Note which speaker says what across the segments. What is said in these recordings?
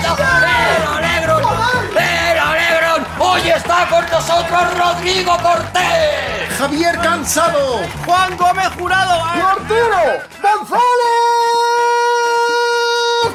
Speaker 1: Pero Lebron, pero Lebron, hoy está con nosotros Rodrigo Cortés.
Speaker 2: Javier Cansado,
Speaker 3: Juan Gómez Jurado. ah. ¡Ay!
Speaker 2: Arturo González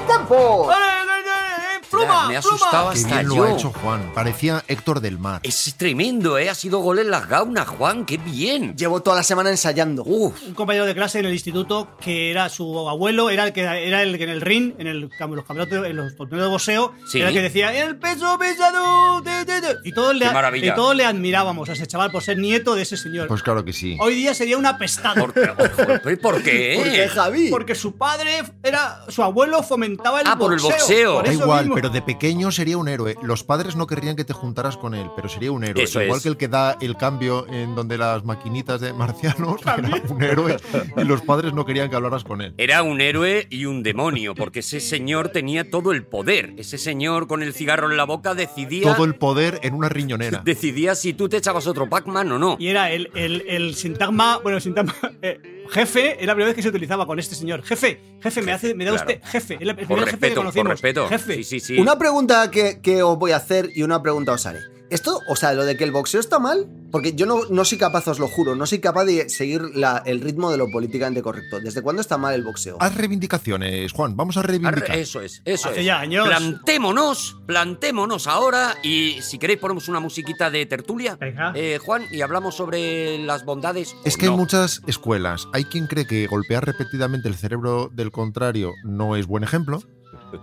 Speaker 2: Campos.
Speaker 3: ¡Ole, ole, ole! ¡Eh, ¡Pluma!
Speaker 1: me
Speaker 3: pluma!
Speaker 1: asustaba
Speaker 2: Qué
Speaker 1: hasta
Speaker 2: bien lo
Speaker 1: yo.
Speaker 2: ha hecho Juan, parecía Héctor del Mar.
Speaker 1: Es tremendo, ¿eh? Ha sido gol en las gaunas, Juan, qué bien.
Speaker 4: Llevo toda la semana ensayando.
Speaker 1: Uf,
Speaker 3: Un compañero de clase en el instituto que era su abuelo, era el que era el que en el ring, en, el, cam- los campeonatos, en los torneos de boxeo,
Speaker 1: Sí.
Speaker 3: era el que decía el peso pesado. te, te, te". Y todos, le,
Speaker 1: Qué maravilla.
Speaker 3: y todos le admirábamos a ese chaval por ser nieto de ese señor.
Speaker 2: Pues claro que sí.
Speaker 3: Hoy día sería un apestado.
Speaker 1: ¿por, por- por qué?
Speaker 4: ¿Por qué, Javi?
Speaker 3: Porque su padre era. Su abuelo fomentaba el
Speaker 1: Ah, por el
Speaker 3: boxeo.
Speaker 1: boxeo.
Speaker 3: por
Speaker 2: Da
Speaker 3: eso
Speaker 2: igual,
Speaker 3: mismo.
Speaker 2: pero de pequeño sería un héroe. Los padres no querrían que te juntaras con él, pero sería un héroe.
Speaker 1: Eso
Speaker 2: Igual
Speaker 1: es.
Speaker 2: que el que da el cambio en donde las maquinitas de marcianos era un héroe y los padres no querían que hablaras con él.
Speaker 1: Era un héroe y un demonio, porque ese señor tenía todo el poder. Ese señor con el cigarro en la boca decidía,
Speaker 2: Todo el poder en una riñonera.
Speaker 1: decidía si tú te echabas otro Pac-Man o no.
Speaker 3: Y era el, el- el sintagma, bueno, el sintagma eh, jefe, es la primera vez que se utilizaba con este señor. Jefe, jefe, me hace, me da
Speaker 1: claro.
Speaker 3: usted jefe. Es la- el
Speaker 1: Por
Speaker 3: primer jefe que
Speaker 1: respeto, por
Speaker 3: conocimos.
Speaker 1: respeto.
Speaker 3: Jefe.
Speaker 1: Sí, sí, sí.
Speaker 4: Una pregunta que, que os voy a hacer y una pregunta os haré. Esto, o sea, lo de que el boxeo está mal, porque yo no, no soy capaz, os lo juro, no soy capaz de seguir la- el ritmo de lo políticamente correcto. ¿Desde cuándo está mal el boxeo?
Speaker 2: Haz reivindicaciones, Juan, vamos a
Speaker 1: Arre, eh,
Speaker 2: reivindicar.
Speaker 1: Eso es, eso
Speaker 3: Hace
Speaker 1: es.
Speaker 3: ya años.
Speaker 1: Plantémonos, plantémonos ahora y si queréis ponemos una musiquita de tertulia,
Speaker 3: Venga.
Speaker 1: eh, Juan, y hablamos sobre las bondades.
Speaker 2: Es
Speaker 1: o
Speaker 2: que
Speaker 1: no.
Speaker 2: hay muchas escuelas. Hay quien cree que golpear repetidamente el cerebro del contrario no es buen ejemplo.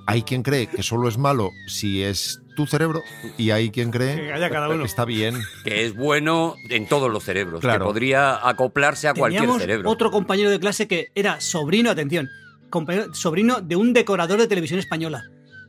Speaker 2: Hay quien cree que solo es malo si es tu cerebro. Y hay quien
Speaker 3: Que
Speaker 2: cree
Speaker 3: haya cada uno.
Speaker 2: que está bien.
Speaker 1: que es bueno en todos los cerebros, que
Speaker 2: Claro.
Speaker 1: podría acoplarse a cualquier
Speaker 3: Teníamos
Speaker 1: cerebro.
Speaker 3: otro compañero de clase que era sobrino, atención, compañero- sobrino de un decorador de televisión española.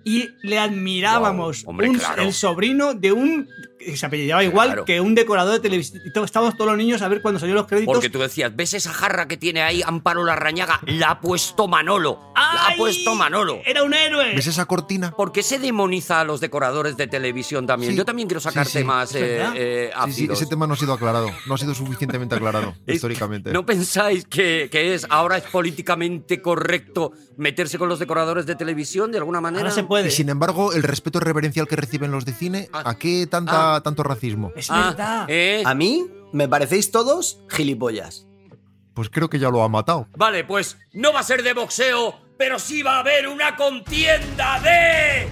Speaker 3: Y le admirábamos.
Speaker 1: Wow, hombre,
Speaker 3: Un-
Speaker 1: claro.
Speaker 3: El sobrino de un. que Se apellidaba igual
Speaker 1: Claro.
Speaker 3: que un decorador de televisión. Y to- Estábamos todos los niños a ver cuando salieron los créditos.
Speaker 1: Porque tú decías, ¿ves esa jarra que tiene ahí Amparo Larrañaga? La ha puesto Manolo. La ha
Speaker 3: ¡Ay!
Speaker 1: puesto Manolo.
Speaker 3: Era un héroe.
Speaker 2: ¿Ves esa cortina?
Speaker 1: ¿Por qué se demoniza a los decoradores de televisión también?
Speaker 2: Sí,
Speaker 1: Yo también quiero
Speaker 2: sí,
Speaker 1: sacar
Speaker 2: sí.
Speaker 3: Es
Speaker 1: temas eh,
Speaker 3: verdad.
Speaker 1: eh,
Speaker 2: Sí, sí,
Speaker 1: ácidos.
Speaker 2: ese tema Este no ha sido aclarado. No ha sido suficientemente aclarado
Speaker 1: Es-
Speaker 2: históricamente.
Speaker 1: ¿No pensáis que, que es ahora es políticamente correcto meterse con los decoradores de televisión de alguna manera?
Speaker 3: Ahora se puede.
Speaker 2: Y sin embargo, el respeto reverencial que reciben los de cine,
Speaker 1: Ah.
Speaker 2: ¿a qué tanta, tanto racismo?
Speaker 3: Es
Speaker 1: Ah,
Speaker 3: verdad.
Speaker 1: ¿eh?
Speaker 4: A mí, me parecéis todos gilipollas.
Speaker 2: Pues creo que ya lo ha matado.
Speaker 1: Vale, pues no va a ser de boxeo, pero sí va a haber una contienda de...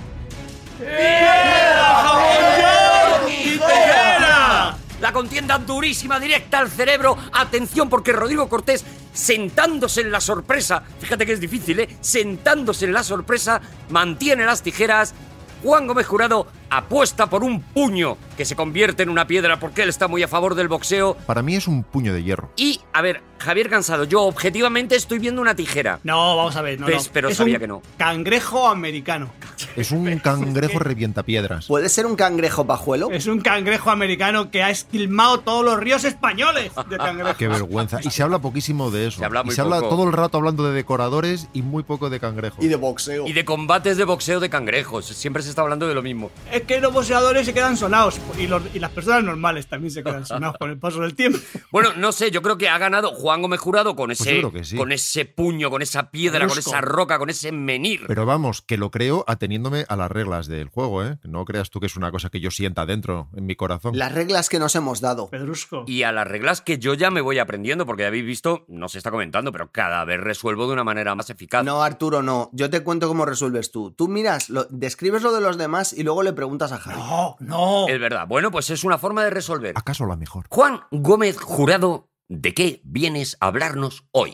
Speaker 1: La contienda durísima, directa al cerebro. Atención, porque Rodrigo Cortés, sentándose en la sorpresa, fíjate que es difícil, ¿eh? Sentándose en la sorpresa, mantiene las tijeras. Juan Gómez Jurado apuesta por un puño que se convierte en una piedra porque él está muy a favor del boxeo.
Speaker 2: Para mí es un puño de hierro.
Speaker 1: Y, a ver, Javier Cansado, yo objetivamente estoy viendo una tijera.
Speaker 3: No, vamos a ver. No,
Speaker 1: Ves,
Speaker 3: no.
Speaker 1: pero
Speaker 3: Es
Speaker 1: sabía
Speaker 3: un
Speaker 1: que no.
Speaker 3: Cangrejo americano.
Speaker 2: Es un cangrejo
Speaker 1: Pues,
Speaker 2: revientapiedras.
Speaker 4: ¿Puede ser un cangrejo pajuelo?
Speaker 1: Eh.
Speaker 3: Es un cangrejo americano que ha esquilmado todos los ríos españoles de cangrejo.
Speaker 2: Qué vergüenza. Y se habla poquísimo de eso.
Speaker 1: Se habla
Speaker 2: y
Speaker 1: muy
Speaker 2: se habla
Speaker 1: poco.
Speaker 2: todo el rato hablando de decoradores y muy poco de cangrejos.
Speaker 4: Y de boxeo.
Speaker 1: Y de combates de boxeo de cangrejos. Siempre se está hablando de lo mismo.
Speaker 3: Es que los boxeadores se quedan sonados y, los- y las personas normales también se quedan sonados con el paso del tiempo.
Speaker 1: Bueno, no sé, yo creo que ha ganado Juan Gómez Jurado con
Speaker 2: Pues yo
Speaker 1: ese,
Speaker 2: creo que sí.
Speaker 1: con ese puño, con esa piedra, con
Speaker 3: Brusco.
Speaker 1: esa roca, con ese menir.
Speaker 2: Pero vamos, que lo creo ateniéndome a las reglas del juego, ¿eh? No creas tú que es una cosa que yo sienta dentro, en mi corazón.
Speaker 4: Las reglas que nos hemos dado.
Speaker 3: Pedrusco.
Speaker 1: Y a las reglas que yo ya me voy aprendiendo, porque ya habéis visto, no se está comentando, pero cada vez resuelvo de una manera más eficaz.
Speaker 4: No, Arturo, no. Yo te cuento cómo resuelves tú. Tú miras, lo- describes lo de los demás y luego le preguntas a Javi.
Speaker 3: No, no.
Speaker 1: Es verdad. Bueno, pues es una forma de resolver.
Speaker 2: ¿Acaso la mejor?
Speaker 1: Juan Gómez Jurado, ¿de qué vienes a hablarnos hoy?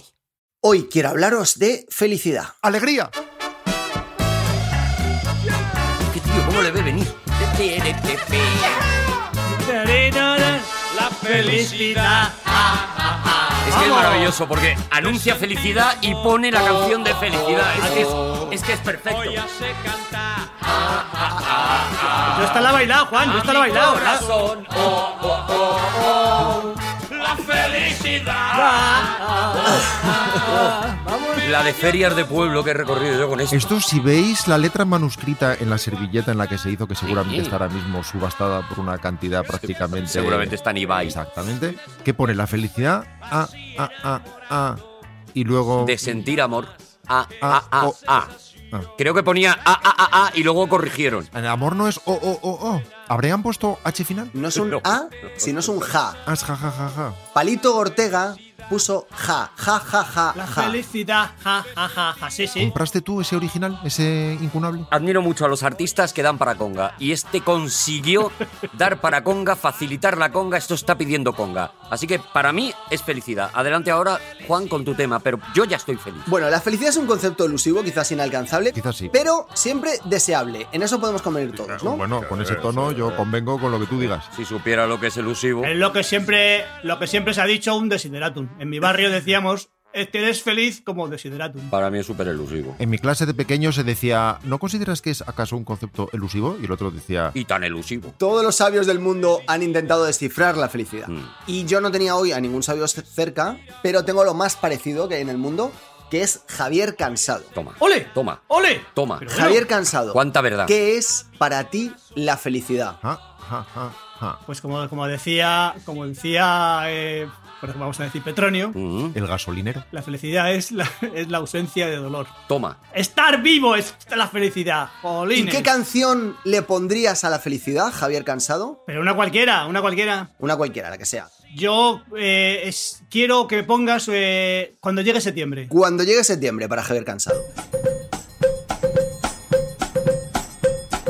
Speaker 4: Hoy quiero hablaros de felicidad.
Speaker 2: ¡Alegría!
Speaker 1: ¿Qué tío? ¿Cómo le ve venir?
Speaker 3: La felicidad.
Speaker 1: Es que es
Speaker 3: Vamos.
Speaker 1: maravilloso porque anuncia felicidad y pone la canción de felicidad. Es que es, es que es perfecto. Ah, ah, ah,
Speaker 3: No está la bailado, Juan, no está la bailado. ¿verdad?
Speaker 1: Corazón, oh, oh, oh, oh, la felicidad. La de ferias de pueblo que he recorrido yo con esto.
Speaker 2: Esto, si veis la letra manuscrita en la servilleta en la que se hizo, que seguramente está ahora mismo subastada por una cantidad prácticamente.
Speaker 1: Seguramente está en Ibai.
Speaker 2: Exactamente. Que pone la felicidad ah, a, a, a, a. ah, Y luego.
Speaker 1: De sentir amor. A, a,
Speaker 2: Ah,
Speaker 1: a,
Speaker 2: oh.
Speaker 1: a.
Speaker 2: Ah.
Speaker 1: Creo que ponía a, a, a, a y luego corrigieron.
Speaker 2: El amor no es o, o, o, o. ¿Habrían puesto H final?
Speaker 4: No es un
Speaker 1: No.
Speaker 4: A, sino es un ja.
Speaker 2: As, ja, ja, ja, ja.
Speaker 4: Palito Ortega puso ja, ja, ja, ja,
Speaker 3: La
Speaker 4: ja.
Speaker 3: felicidad, ja, ja, ja, ja, sí,
Speaker 1: ¿Eh?
Speaker 3: sí.
Speaker 2: ¿Compraste tú ese original, ese incunable?
Speaker 1: Admiro mucho a los artistas que dan para conga y este consiguió dar para conga, facilitar la conga, esto está pidiendo conga. Así que para mí es felicidad. Adelante ahora, Juan, con tu tema, pero yo ya estoy feliz.
Speaker 4: Bueno, la felicidad es un concepto elusivo, quizás inalcanzable,
Speaker 2: Quizás sí.
Speaker 4: pero siempre deseable. En eso podemos convenir todos, ¿no?
Speaker 2: Pues Bueno, con ese tono yo convengo con lo que tú digas.
Speaker 1: Si supiera lo que es elusivo.
Speaker 3: Es lo que siempre, lo que siempre se ha dicho un desideratum. En mi barrio decíamos, "Es que eres feliz como desideratum.
Speaker 1: Para mí es súper elusivo.
Speaker 2: En mi clase de pequeño se decía, ¿no consideras que es acaso un concepto elusivo? Y el otro decía,
Speaker 1: Y tan elusivo.
Speaker 4: Todos los sabios del mundo han intentado descifrar la felicidad.
Speaker 1: Mm.
Speaker 4: Y yo no tenía hoy a ningún sabio ce- cerca, pero tengo lo más parecido que hay en el mundo, que es Javier Cansado.
Speaker 1: Toma.
Speaker 3: ¡Ole!
Speaker 1: Toma.
Speaker 3: ¡Ole!
Speaker 1: Toma.
Speaker 3: Pero-
Speaker 4: Javier Cansado.
Speaker 1: Cuánta verdad.
Speaker 4: ¿Qué es para ti la felicidad?
Speaker 2: ja, ja, ja, ja.
Speaker 3: Pues como, como decía, como decía, eh, por ejemplo, vamos a decir Petronio,
Speaker 1: Mm,
Speaker 2: El gasolinero.
Speaker 3: la felicidad es la, es la ausencia de dolor.
Speaker 1: Toma.
Speaker 3: Estar vivo es la felicidad.
Speaker 4: ¿Y
Speaker 3: Jolines.
Speaker 4: qué canción le pondrías a la felicidad, Javier Cansado?
Speaker 3: Pero una cualquiera, una cualquiera.
Speaker 4: Una cualquiera, la que sea.
Speaker 3: Yo eh, es- quiero que me pongas eh, cuando llegue septiembre.
Speaker 4: Cuando llegue septiembre para Javier Cansado.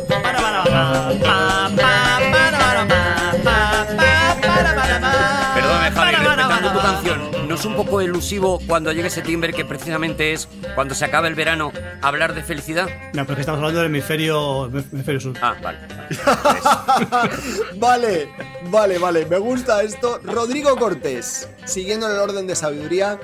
Speaker 3: Para, para, para, pa, pa, para, para, pa, pa, pa, para, para, pa.
Speaker 1: Perdóname, Javi,
Speaker 3: Para, para,
Speaker 1: respetando tu
Speaker 3: para,
Speaker 1: canción. ¿No es un poco elusivo cuando llegue septiembre, que precisamente es cuando se acaba el verano, hablar de felicidad?
Speaker 3: No, porque estamos hablando del hemisferio, hemisferio sur.
Speaker 1: Ah, vale. vale.
Speaker 4: vale, vale, vale, me gusta esto. Rodrigo Cortés, siguiendo en el orden de sabiduría,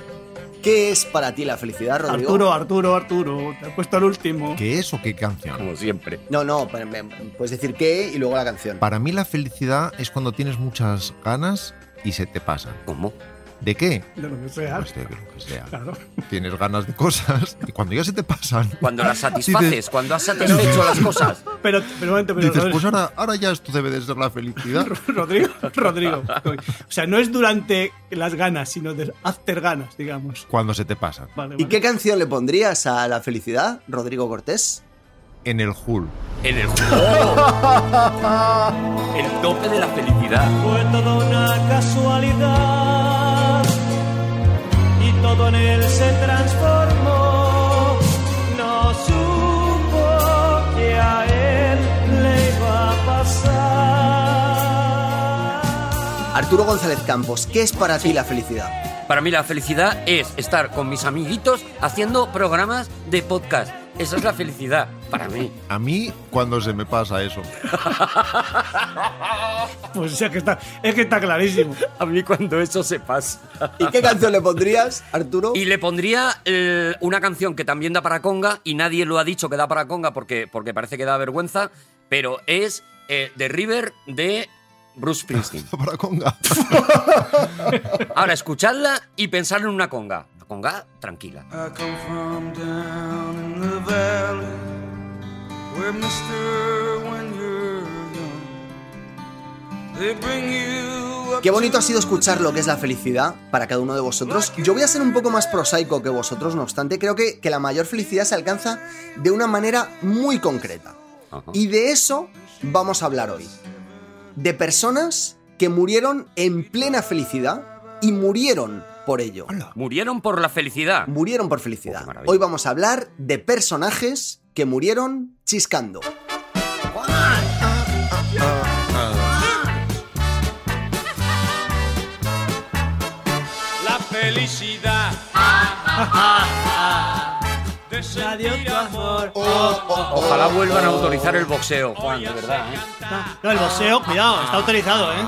Speaker 4: ¿qué es para ti la felicidad, Rodrigo?
Speaker 3: Arturo, Arturo, Arturo, te he puesto el último.
Speaker 2: ¿Qué es o qué canción?
Speaker 1: Como siempre.
Speaker 4: No, no, pero me- puedes decir qué y luego la canción.
Speaker 2: Para mí la felicidad es cuando tienes muchas ganas y se te pasan.
Speaker 1: ¿Cómo?
Speaker 2: ¿De qué?
Speaker 3: De lo que sea.
Speaker 2: Pues de lo que sea.
Speaker 3: Claro.
Speaker 2: Tienes ganas de cosas y cuando ya se te pasan,
Speaker 1: Cuando las satisfaces,
Speaker 2: Dices-
Speaker 1: cuando has satisfecho las cosas.
Speaker 3: Pero, pero un momento, pero
Speaker 2: dices,
Speaker 3: Rodrigo-
Speaker 2: pues ahora, ahora ya esto debe de ser la felicidad.
Speaker 3: Rodrigo, Rodrigo. O sea, no es durante las ganas, sino de after ganas, digamos.
Speaker 2: Cuando se te pasan.
Speaker 3: Vale,
Speaker 4: ¿Y
Speaker 3: vale.
Speaker 4: qué canción le pondrías a la felicidad, Rodrigo Cortés?
Speaker 2: En el Hull.
Speaker 1: En el juego. El tope de la felicidad.
Speaker 5: Fue toda una casualidad y todo en él se transformó. No supo que a él le iba a pasar.
Speaker 4: Arturo González Campos, ¿qué es para ti la felicidad?
Speaker 1: Para mí la felicidad es estar con mis amiguitos haciendo programas de podcast. Esa es la felicidad para mí.
Speaker 2: A mí, cuando se me pasa eso.
Speaker 3: Pues o sea, que está, es que está clarísimo.
Speaker 1: A mí cuando eso se pasa.
Speaker 4: ¿Y qué canción le pondrías, Arturo?
Speaker 1: Y le pondría eh, una canción que también da para conga y nadie lo ha dicho que da para conga porque, porque parece que da vergüenza, pero es eh, The River de Bruce Springsteen.
Speaker 2: Para conga.
Speaker 1: Ahora, escuchadla y pensar en una conga. Una conga tranquila.
Speaker 6: I come from down in the valley where, mister, when you're young, they bring you up
Speaker 4: Qué bonito ha sido escuchar lo que es la felicidad para cada uno de vosotros. Yo voy a ser un poco más prosaico que vosotros, no obstante, creo que, que la mayor felicidad se alcanza de una manera muy concreta.
Speaker 1: Ajá.
Speaker 4: Y de eso vamos a hablar hoy. De personas que murieron en plena felicidad y murieron por ello.
Speaker 1: Murieron por la felicidad.
Speaker 4: Murieron por
Speaker 1: Oh, qué
Speaker 4: felicidad.
Speaker 1: maravilla.
Speaker 4: Hoy vamos a hablar de personajes que murieron chiscando.
Speaker 6: La felicidad de
Speaker 3: Adiós,
Speaker 6: sentir
Speaker 3: tu
Speaker 6: amor.
Speaker 3: amor.
Speaker 1: Ojalá vuelvan a autorizar el boxeo, Juan, de verdad. ¿eh?
Speaker 3: No, el boxeo, cuidado, está autorizado, ¿eh?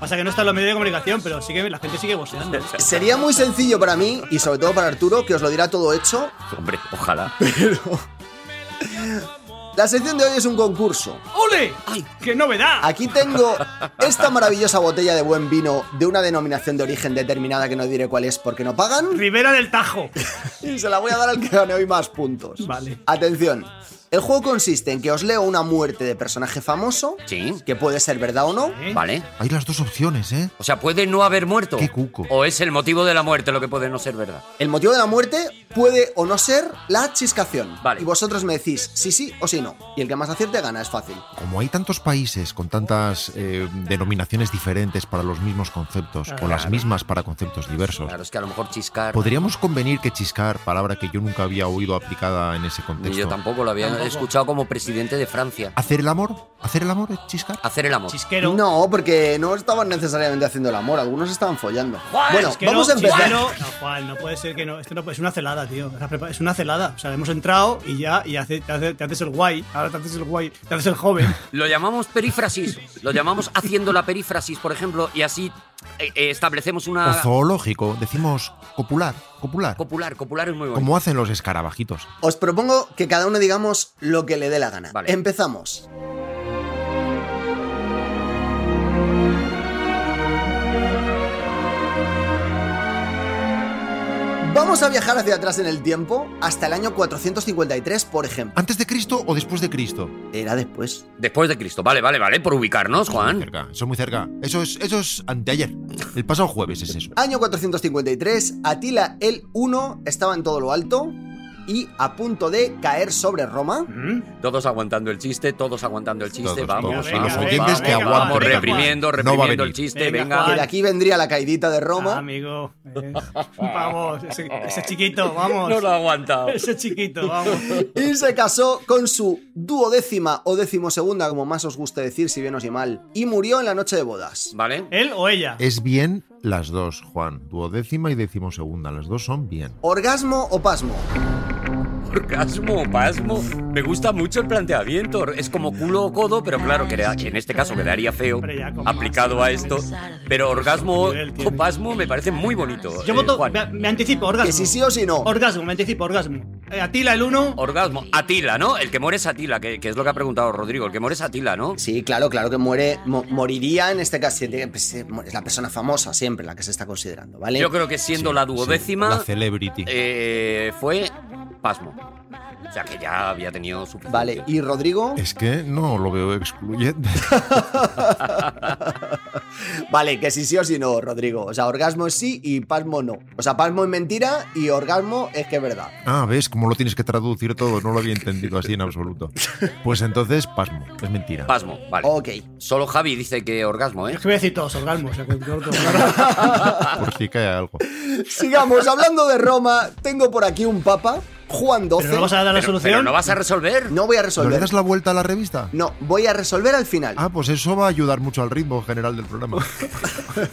Speaker 3: Pasa que no está en los medios de comunicación, pero sigue, la gente sigue boxeando.
Speaker 4: Sería muy sencillo para mí y sobre todo para Arturo, que os lo dirá todo hecho,
Speaker 1: Hombre, ojalá.
Speaker 4: La sección de hoy es un concurso.
Speaker 3: ¡Ole! ¡Ay, qué novedad!
Speaker 4: Aquí tengo esta maravillosa botella de buen vino de una denominación de origen determinada que no diré cuál es porque no pagan.
Speaker 3: Rivera del Tajo.
Speaker 4: Y se la voy a dar al que gane hoy más puntos.
Speaker 3: Vale.
Speaker 4: Atención. El juego consiste en que os leo una muerte de personaje famoso,
Speaker 1: Sí.
Speaker 4: que puede ser verdad o no,
Speaker 3: ¿Eh?
Speaker 1: ¿Vale?
Speaker 2: Hay las dos opciones, ¿eh?
Speaker 1: O sea, puede no haber muerto.
Speaker 2: Qué cuco.
Speaker 1: O es el motivo de la muerte lo que puede no ser verdad.
Speaker 4: El motivo de la muerte puede o no ser la chiscación.
Speaker 1: Vale.
Speaker 4: Y vosotros me decís sí, sí o sí no. Y el que más acierte gana, es fácil.
Speaker 2: Como hay tantos países con tantas eh, denominaciones diferentes para los mismos conceptos, o las mismas para conceptos diversos,
Speaker 1: Claro, es que a lo mejor chiscar.
Speaker 2: podríamos convenir que chiscar, palabra que yo nunca había oído aplicada en ese
Speaker 1: Ni
Speaker 2: contexto.
Speaker 1: yo tampoco lo había escuchado como presidente de Francia.
Speaker 2: ¿Hacer el amor? ¿Hacer el amor es chiscar?
Speaker 1: Hacer el amor.
Speaker 3: Chisquero.
Speaker 4: No, porque no estaban necesariamente haciendo el amor, algunos estaban follando.
Speaker 1: Juan,
Speaker 4: bueno,
Speaker 1: es
Speaker 3: Chisquero,
Speaker 4: vamos a empezar.
Speaker 3: chisquero. No, Juan, no puede ser que no. Esto no puede- es una celada, tío. Es una prepa- Es una celada. O sea, hemos entrado y ya y hace- te, hace- te haces el guay. Ahora te haces el guay. Te haces el joven.
Speaker 1: Lo llamamos perífrasis. Lo llamamos haciendo la perífrasis, por ejemplo, y así eh, eh, establecemos
Speaker 2: O
Speaker 1: una.
Speaker 2: zoológico, decimos copular, copular.
Speaker 1: Copular, copular es muy bueno.
Speaker 2: Como hacen los escarabajitos.
Speaker 4: Os propongo que cada uno digamos lo que le dé la gana.
Speaker 1: Vale.
Speaker 4: Empezamos. Vamos a viajar hacia atrás en el tiempo, hasta el año 453, por ejemplo.
Speaker 2: ¿Antes de Cristo o después de Cristo?
Speaker 4: Era después.
Speaker 1: Después de Cristo. Vale, vale, vale, por ubicarnos,
Speaker 2: Muy
Speaker 1: Juan.
Speaker 2: cerca, eso muy cerca. Eso es, eso es anteayer. El pasado jueves es eso.
Speaker 4: Año 453, Atila el 1 estaba en todo lo alto y a punto de caer sobre Roma.
Speaker 3: Mm.
Speaker 1: Todos aguantando el chiste, todos aguantando el chiste.
Speaker 2: Todos,
Speaker 1: vamos,
Speaker 2: todos.
Speaker 1: vamos,
Speaker 2: Los
Speaker 3: venga,
Speaker 2: oyentes que
Speaker 3: venga,
Speaker 1: vamos,
Speaker 2: aguanten.
Speaker 1: vamos,
Speaker 3: venga,
Speaker 1: reprimiendo,
Speaker 2: Juan. No va a
Speaker 1: reprimiendo el
Speaker 2: venir.
Speaker 1: chiste,
Speaker 3: Venga,
Speaker 1: venga.
Speaker 4: Que
Speaker 3: Juan.
Speaker 4: de aquí vendría la caidita de
Speaker 3: Ah,
Speaker 4: Roma.
Speaker 3: amigo. eh, vamos, ese, ese chiquito, vamos.
Speaker 1: No lo ha aguantado.
Speaker 3: Ese chiquito, vamos.
Speaker 4: Y se casó con su duodécima o decimosegunda, como más os guste decir, si bien o si mal. Y murió en la noche de bodas.
Speaker 1: ¿Vale?
Speaker 3: ¿Él o ella?
Speaker 2: Es bien las dos, Juan. Duodécima y decimosegunda. Las dos son bien.
Speaker 4: ¿Orgasmo o pasmo?
Speaker 1: Orgasmo, pasmo. Me gusta mucho el planteamiento. Es como culo o codo, pero claro, que en este caso quedaría feo
Speaker 3: Hombre, ya con
Speaker 1: aplicado a esto. Pero orgasmo
Speaker 3: Nivel
Speaker 1: o
Speaker 3: tiene.
Speaker 1: pasmo me parece muy bonito.
Speaker 3: Yo
Speaker 1: eh,
Speaker 3: voto,
Speaker 1: Juan.
Speaker 3: me, me anticipo, orgasmo.
Speaker 4: Que si sí o si no.
Speaker 3: Orgasmo, me anticipo, orgasmo. Eh, Atila el 1.
Speaker 1: Orgasmo. Atila, ¿no? El que muere es Atila, que, que es lo que ha preguntado Rodrigo. El que muere es Atila, ¿no?
Speaker 4: Sí, claro, claro que muere, mo- moriría en este caso. Es la persona famosa siempre la que se está considerando, ¿vale?
Speaker 1: Yo creo que siendo
Speaker 2: Sí,
Speaker 1: la
Speaker 2: sí.
Speaker 1: duodécima
Speaker 2: La celebrity.
Speaker 1: eh, fue pasmo. O sea que ya había tenido su.
Speaker 4: Vale, ¿y Rodrigo?
Speaker 2: Es que no lo veo excluyente.
Speaker 4: Vale, que si sí o si no, Rodrigo. O sea, orgasmo es sí y pasmo no. O sea, pasmo es mentira y orgasmo es que es verdad.
Speaker 2: Ah, ves cómo lo tienes que traducir todo. No lo había entendido así en absoluto. Pues entonces, pasmo. Es mentira.
Speaker 1: Pasmo, vale.
Speaker 4: Ok.
Speaker 1: Solo Javi dice que orgasmo, ¿eh?
Speaker 3: Es que voy a decir todos orgasmos. o sea, que- que- que-
Speaker 2: Por si cae algo.
Speaker 4: Sigamos, hablando de Roma, tengo por aquí un papa, Juan XII.
Speaker 3: Pero no vas a dar la
Speaker 1: Pero-
Speaker 3: solución.
Speaker 1: pero no vas a resolver.
Speaker 4: No voy a
Speaker 2: ¿No le
Speaker 4: resolver.
Speaker 2: das la vuelta a la revista?
Speaker 4: No, voy a resolver al final.
Speaker 2: Ah, pues eso va a ayudar mucho al ritmo general del programa.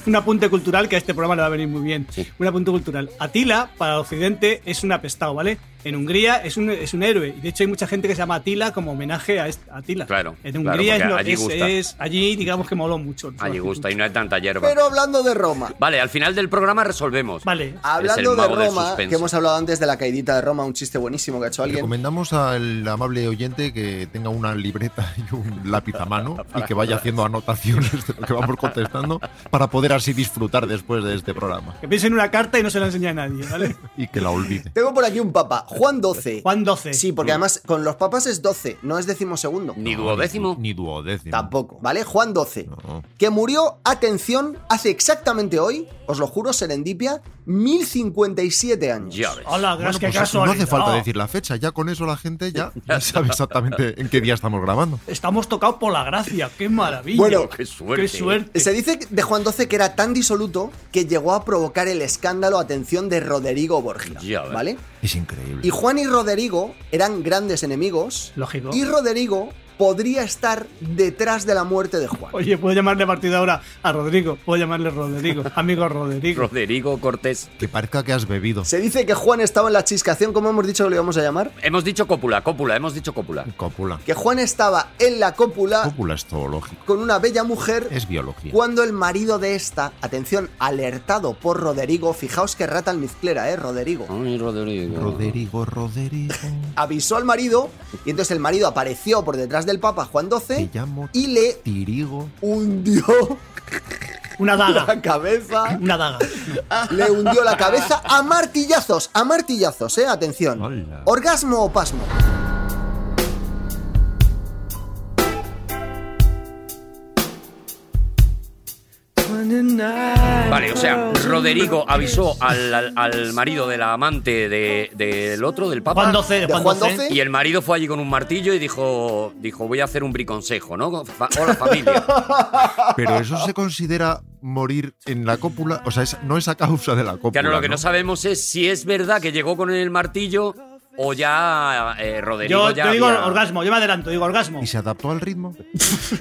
Speaker 3: Un apunte cultural que a este programa le va a venir muy bien. Un apunte cultural. Atila, para Occidente, es un apestado, ¿vale? En Hungría es un, es un héroe. Y De hecho, hay mucha gente que se llama Atila como homenaje a este- a Atila.
Speaker 1: Claro,
Speaker 3: En
Speaker 1: claro,
Speaker 3: Hungría es
Speaker 1: porque
Speaker 3: lo-
Speaker 1: allí
Speaker 3: es,
Speaker 1: gusta.
Speaker 3: es- allí, digamos que moló mucho.
Speaker 1: Allí Ah, gusta y no hay tanta hierba.
Speaker 4: Pero hablando de Roma.
Speaker 1: Vale, al final del programa resolvemos.
Speaker 3: Vale.
Speaker 4: Hablando de
Speaker 1: mago del
Speaker 4: Roma,
Speaker 1: suspenso.
Speaker 4: que hemos hablado antes de la caidita de Roma, un chiste buenísimo que ha hecho alguien.
Speaker 2: Recomendamos al amable oyente que tenga una libreta y un lápiz a mano y que vaya haciendo anotaciones de lo que vamos contestando para poder así disfrutar después de este programa
Speaker 3: Que piense en una carta y no se la enseña a nadie, ¿vale?
Speaker 2: y que la olvide.
Speaker 4: Tengo por aquí un papa, Juan XII.
Speaker 3: Pues Juan 12.
Speaker 4: Sí, porque además con los papas es 12, no es decimosegundo.
Speaker 1: Ni duodécimo.
Speaker 2: Ni duodécimo.
Speaker 4: Tampoco, ¿vale? Juan XII.
Speaker 2: No.
Speaker 4: Que murió, atención, hace exactamente hoy, os lo juro, serendipia, 1057 años.
Speaker 1: Ya ves.
Speaker 3: Hola, gracias,
Speaker 2: Bueno,
Speaker 3: qué
Speaker 2: pues no
Speaker 3: casualidad.
Speaker 2: hace falta decir la fecha, ya con eso la gente ya, ya sabe exactamente en qué día estamos grabando.
Speaker 3: Estamos tocados por la gracia, qué maravilla.
Speaker 4: Bueno,
Speaker 1: Qué suerte.
Speaker 3: Qué suerte.
Speaker 4: Se dice de Juan XII que era tan disoluto que llegó a provocar el escándalo, atención, de Roderigo Borgia.
Speaker 1: Ya ves.
Speaker 4: ¿Vale?
Speaker 2: Es
Speaker 4: Y
Speaker 2: increíble.
Speaker 4: Juan y Roderigo eran grandes enemigos.
Speaker 3: Lógico.
Speaker 4: Y Roderigo, podría estar detrás de la muerte de Juan.
Speaker 3: Oye, puedo llamarle a partir de ahora a Rodrigo. Puedo llamarle Rodrigo, amigo Rodrigo.
Speaker 1: Rodrigo Cortés.
Speaker 2: Que parca que has bebido.
Speaker 4: Se dice que Juan estaba en la chiscación, ¿cómo hemos dicho que lo íbamos a llamar?
Speaker 1: Hemos dicho cópula, cópula, hemos dicho cópula.
Speaker 2: Cópula.
Speaker 4: Que Juan estaba en la cópula
Speaker 2: Cópula es zoológico.
Speaker 4: con una bella mujer
Speaker 2: Es biología.
Speaker 4: cuando el marido de esta, atención, alertado por Rodrigo, fijaos que rata almizclera, ¿eh? Rodrigo.
Speaker 1: Ay, Rodrigo.
Speaker 2: Rodrigo, Rodrigo.
Speaker 4: Avisó al marido y entonces el marido apareció por detrás del Papa Juan
Speaker 2: Te
Speaker 4: XII
Speaker 2: llamo
Speaker 4: y le
Speaker 2: Tirigo.
Speaker 4: hundió
Speaker 3: Una daga.
Speaker 4: la cabeza.
Speaker 3: Una daga.
Speaker 4: Le hundió la cabeza a martillazos, a martillazos, eh, atención.
Speaker 2: Hola.
Speaker 4: Orgasmo o pasmo.
Speaker 1: Vale, o sea, Rodrigo avisó al, al- al marido de la amante de- del otro, del papa.
Speaker 3: Juan 12,
Speaker 4: ¿De
Speaker 3: Juan
Speaker 4: Juan
Speaker 3: 12.
Speaker 4: XII?
Speaker 1: Y el marido fue allí con un martillo y dijo, dijo voy a hacer un briconsejo, ¿no? Fa- Hola familia.
Speaker 2: Pero eso se considera morir en la cópula. O sea, es- no es a causa de la cópula.
Speaker 1: Claro, lo que no sabemos es si es verdad que llegó con el martillo o ya eh, Rodrigo
Speaker 3: Yo,
Speaker 1: ya
Speaker 3: yo digo
Speaker 1: había-
Speaker 3: orgasmo, yo me adelanto, digo orgasmo.
Speaker 2: ¿Y se adaptó al ritmo?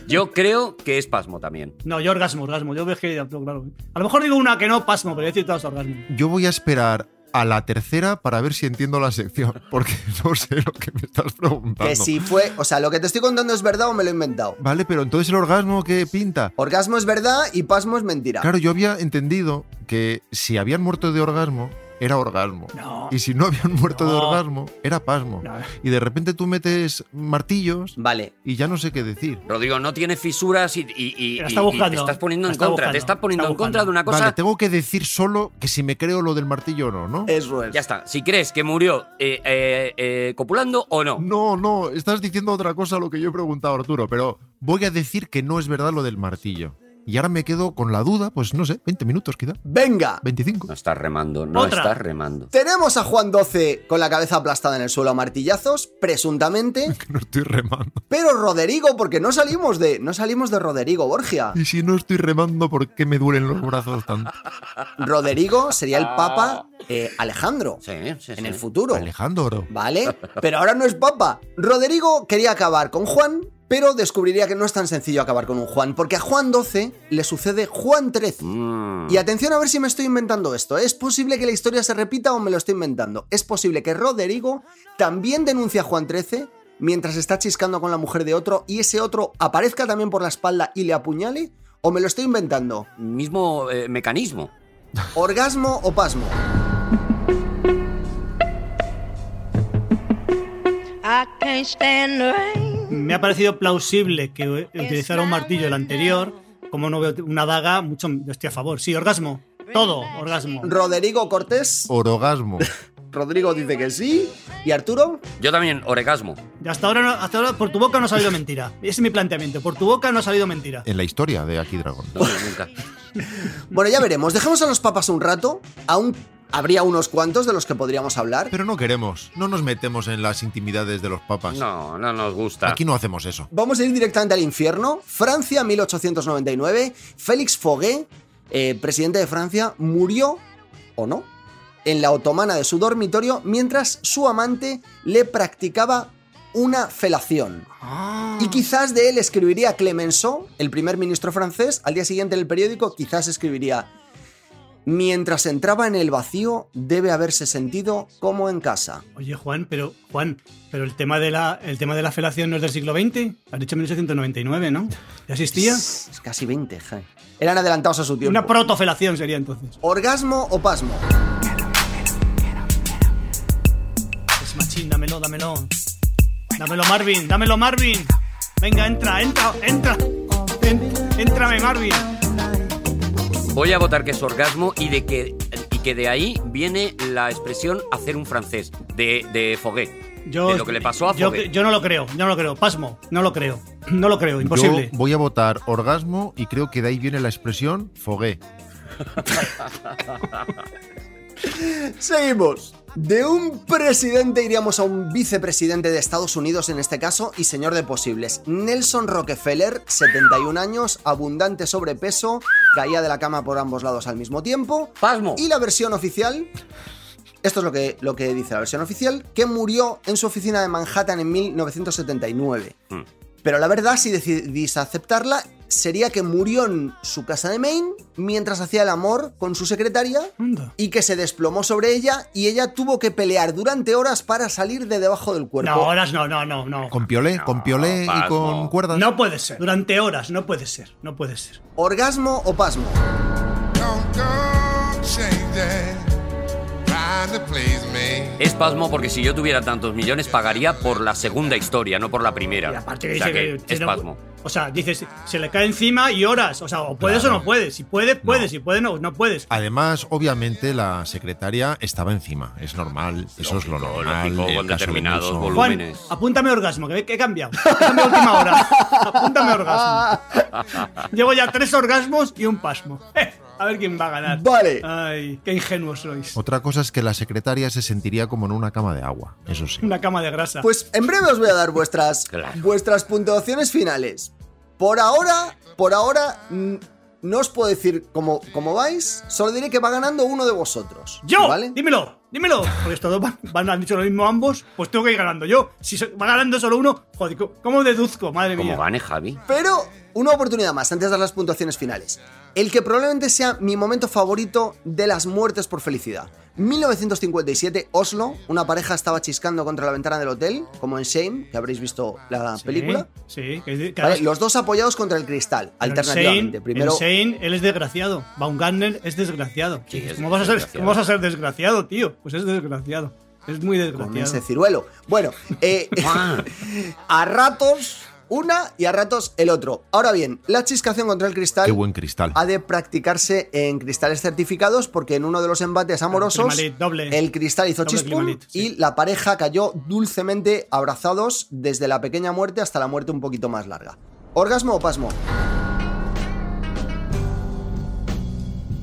Speaker 1: Yo creo que es pasmo también.
Speaker 3: No, yo orgasmo, orgasmo. Yo veo que claro. A lo mejor digo una que no pasmo, pero voy a decir todas orgasmo.
Speaker 2: Yo voy a esperar a la tercera para ver si entiendo la sección, porque no sé lo que me estás preguntando.
Speaker 4: Que si fue, o sea, lo que te estoy contando es verdad o me lo he inventado.
Speaker 2: Vale, pero entonces el orgasmo que pinta.
Speaker 4: Orgasmo es verdad y pasmo es mentira.
Speaker 2: Claro, yo había entendido que si habían muerto de orgasmo, era orgasmo.
Speaker 3: No.
Speaker 2: Y si no habían muerto de
Speaker 3: No.
Speaker 2: orgasmo, era pasmo.
Speaker 3: No.
Speaker 2: Y de repente tú metes martillos
Speaker 4: Vale.
Speaker 2: y ya no sé qué decir.
Speaker 1: Rodrigo no tiene fisuras y, y- y-
Speaker 3: La está
Speaker 1: y- y te
Speaker 3: buscando.
Speaker 1: estás poniendo
Speaker 3: La
Speaker 1: en
Speaker 3: está
Speaker 1: contra.
Speaker 3: buscando.
Speaker 1: Te estás poniendo
Speaker 3: Está
Speaker 1: en contra
Speaker 3: buscando.
Speaker 1: de una cosa.
Speaker 2: Vale, tengo que decir solo que si me creo lo del martillo o no, ¿no?
Speaker 4: Eso es.
Speaker 1: Ya está. Si crees que murió eh, eh, eh, copulando o no.
Speaker 2: No, no, estás diciendo otra cosa a lo que yo he preguntado, Arturo, pero voy a decir que no es verdad lo del martillo. Y ahora me quedo con la duda, pues no sé, 20 minutos quizá,
Speaker 4: Venga.
Speaker 2: 25.
Speaker 1: No estás remando, no
Speaker 3: Otra.
Speaker 1: estás remando.
Speaker 4: Tenemos a Juan XII con la cabeza aplastada en el suelo a martillazos, presuntamente,
Speaker 2: No estoy remando.
Speaker 4: pero Rodrigo, porque no salimos de. No salimos de Rodrigo Borgia.
Speaker 2: Y si no estoy remando, ¿por qué me duelen los brazos tanto?
Speaker 4: Rodrigo sería el Papa eh, Alejandro
Speaker 1: Sí, sí,
Speaker 4: en
Speaker 1: sí.
Speaker 4: el futuro.
Speaker 2: Alejandro.
Speaker 4: ¿Vale? Pero ahora no es papa. Rodrigo quería acabar con Juan, pero descubriría que no es tan sencillo acabar con un Juan, porque a Juan XII le sucede Juan XIII.
Speaker 1: Mm.
Speaker 4: Y atención a ver si me estoy inventando esto. ¿eh? Es posible que la historia se repita o me lo estoy inventando. Es posible que Rodrigo también denuncie a Juan XIII mientras está chiscando con la mujer de otro y ese otro aparezca también por la espalda y le apuñale. ¿O me lo estoy inventando?
Speaker 1: Mismo eh, mecanismo.
Speaker 4: ¿Orgasmo o pasmo?
Speaker 7: I can't stand the rain.
Speaker 3: Me ha parecido plausible que eh, utilizara un martillo el anterior. Como no veo una daga, mucho yo estoy a favor. Sí, orgasmo. Todo, orgasmo.
Speaker 4: Rodrigo Cortés.
Speaker 2: Orogasmo.
Speaker 4: Rodrigo dice que sí. ¿Y Arturo?
Speaker 1: Yo también, orgasmo.
Speaker 3: Y Hasta ahora, no- hasta ahora por tu boca no ha salido mentira. Ese es mi planteamiento. Por tu boca no ha salido mentira.
Speaker 2: En la historia de Aquí Dragón.
Speaker 1: No, yo nunca.
Speaker 4: Bueno, ya veremos. Dejemos a los papas un rato. Aún habría unos cuantos de los que podríamos hablar.
Speaker 2: Pero no queremos, no nos metemos en las intimidades de los papas.
Speaker 1: No, no nos gusta.
Speaker 2: Aquí no hacemos eso.
Speaker 4: Vamos a ir directamente al infierno. Francia, 1899. Félix Foguet, eh, presidente de Francia, murió, o no, en la otomana de su dormitorio mientras su amante le practicaba una felación. Y quizás de él escribiría Clemenceau, el primer ministro francés. Al día siguiente en el periódico quizás escribiría... Mientras entraba en el vacío, debe haberse sentido como en casa.
Speaker 3: Oye, Juan, pero Juan, pero el tema de la el tema de la felación no es del siglo XX. Has dicho 1899, ¿no? ¿Ya existía?
Speaker 4: Es casi 20, ja. Eran adelantados a su tiempo.
Speaker 3: Una protofelación sería entonces.
Speaker 4: ¿Orgasmo o pasmo?
Speaker 3: Es machín, dámelo, dámelo. Dámelo, Marvin, dámelo, Marvin. Venga, entra, entra, entra. En- Éntrame, Marvin.
Speaker 1: Voy a votar que es orgasmo y de que y que de ahí viene la expresión hacer un francés de, de Foguet. de lo que le pasó a
Speaker 3: yo,
Speaker 1: Foguet.
Speaker 3: yo no lo creo, yo no lo creo. Pasmo, no lo creo. No lo creo, imposible.
Speaker 2: Yo voy a votar orgasmo y creo que de ahí viene la expresión fogué.
Speaker 4: Seguimos. De un presidente iríamos a un vicepresidente de Estados Unidos en este caso y señor de posibles. Nelson Rockefeller, 71 años, abundante sobrepeso, caía de la cama por ambos lados al mismo tiempo.
Speaker 1: Pasmo.
Speaker 4: Y la versión oficial, esto es lo que, lo que dice la versión oficial, que murió en su oficina de Manhattan en 1979. Pero la verdad, si decidís aceptarla, sería que murió en su casa de Maine mientras hacía el amor con su secretaria
Speaker 3: Anda.
Speaker 4: y que se desplomó sobre ella y ella tuvo que pelear durante horas para salir de debajo del cuerpo.
Speaker 3: No, horas no, no, no, no.
Speaker 2: Con piolé, con piolé y con
Speaker 8: pasmo.
Speaker 2: cuerdas.
Speaker 3: No puede ser. Durante horas, no puede ser. No puede ser.
Speaker 4: ¿Orgasmo o pasmo?
Speaker 5: Don't, don't change that. Trying to please me.
Speaker 1: Es pasmo porque si yo tuviera tantos millones pagaría por la segunda historia, no por la primera.
Speaker 3: Y aparte
Speaker 1: O
Speaker 3: dice
Speaker 1: sea
Speaker 3: que,
Speaker 1: que es
Speaker 3: no-
Speaker 1: pasmo.
Speaker 3: O sea, dices, se le cae encima y horas. O sea, o puedes o no puedes. Si puedes, puedes. Si puedes, no, no puedes.
Speaker 2: Además, obviamente, la secretaria estaba encima. Es normal, eso es lo
Speaker 1: Lógico,
Speaker 2: normal.
Speaker 1: lógico,
Speaker 2: el
Speaker 1: con
Speaker 2: caso de
Speaker 1: determinados
Speaker 2: Wilson.
Speaker 1: volúmenes.
Speaker 3: Juan,
Speaker 1: Volúmenes.
Speaker 3: apúntame orgasmo, que ve que he cambiado. Apúntame última hora. Apúntame orgasmo. Llevo ya tres orgasmos y un pasmo. Eh, a ver quién va a ganar.
Speaker 4: Vale.
Speaker 3: Ay, qué ingenuos sois.
Speaker 2: Otra cosa es que la secretaria se sentiría como en una cama de agua, eso sí.
Speaker 3: Una cama de grasa.
Speaker 4: Pues en breve os voy a dar vuestras,
Speaker 1: Claro.
Speaker 4: vuestras puntuaciones finales. Por ahora, por ahora, mm, no os puedo decir cómo, cómo vais, solo diré que va ganando uno de vosotros.
Speaker 3: ¡Yo!
Speaker 4: ¿Vale?
Speaker 3: ¡Dímelo! ¡Dímelo! Porque estos dos van, van- han dicho lo mismo ambos, pues tengo que ir ganando yo. Si so- va ganando solo uno, joder, co- ¿cómo deduzco? Madre
Speaker 1: Como
Speaker 3: mía.
Speaker 1: gane Javi.
Speaker 4: Pero una oportunidad más antes de dar las puntuaciones finales. El que probablemente sea mi momento favorito de las muertes por felicidad. 1957, Oslo, una pareja estaba chiscando contra la ventana del hotel, como en Shame, que habréis visto la
Speaker 3: Sí,
Speaker 4: película.
Speaker 3: Sí, que, que
Speaker 4: Vale, los dos apoyados contra el cristal, alternativamente. Primero,
Speaker 3: Insane, él es desgraciado. Baumgartner es desgraciado.
Speaker 1: Sí, es
Speaker 3: ¿Cómo, vas a ser,
Speaker 1: desgraciado.
Speaker 3: cómo vas a ser desgraciado, tío? Pues es desgraciado. Es muy
Speaker 4: con
Speaker 3: desgraciado.
Speaker 4: ese ciruelo. Bueno, eh,
Speaker 3: Ah.
Speaker 4: a ratos una y a ratos el otro. Ahora bien, la chiscación contra el
Speaker 2: Qué
Speaker 4: cristal
Speaker 2: buen cristal.
Speaker 4: ha de practicarse en cristales certificados porque en uno de los embates amorosos
Speaker 3: Climalit, doble.
Speaker 4: el cristal hizo
Speaker 3: Doble
Speaker 4: chispum
Speaker 3: climalit,
Speaker 4: y
Speaker 3: sí.
Speaker 4: la pareja cayó dulcemente abrazados desde la pequeña muerte hasta la muerte un poquito más larga. ¿Orgasmo o pasmo?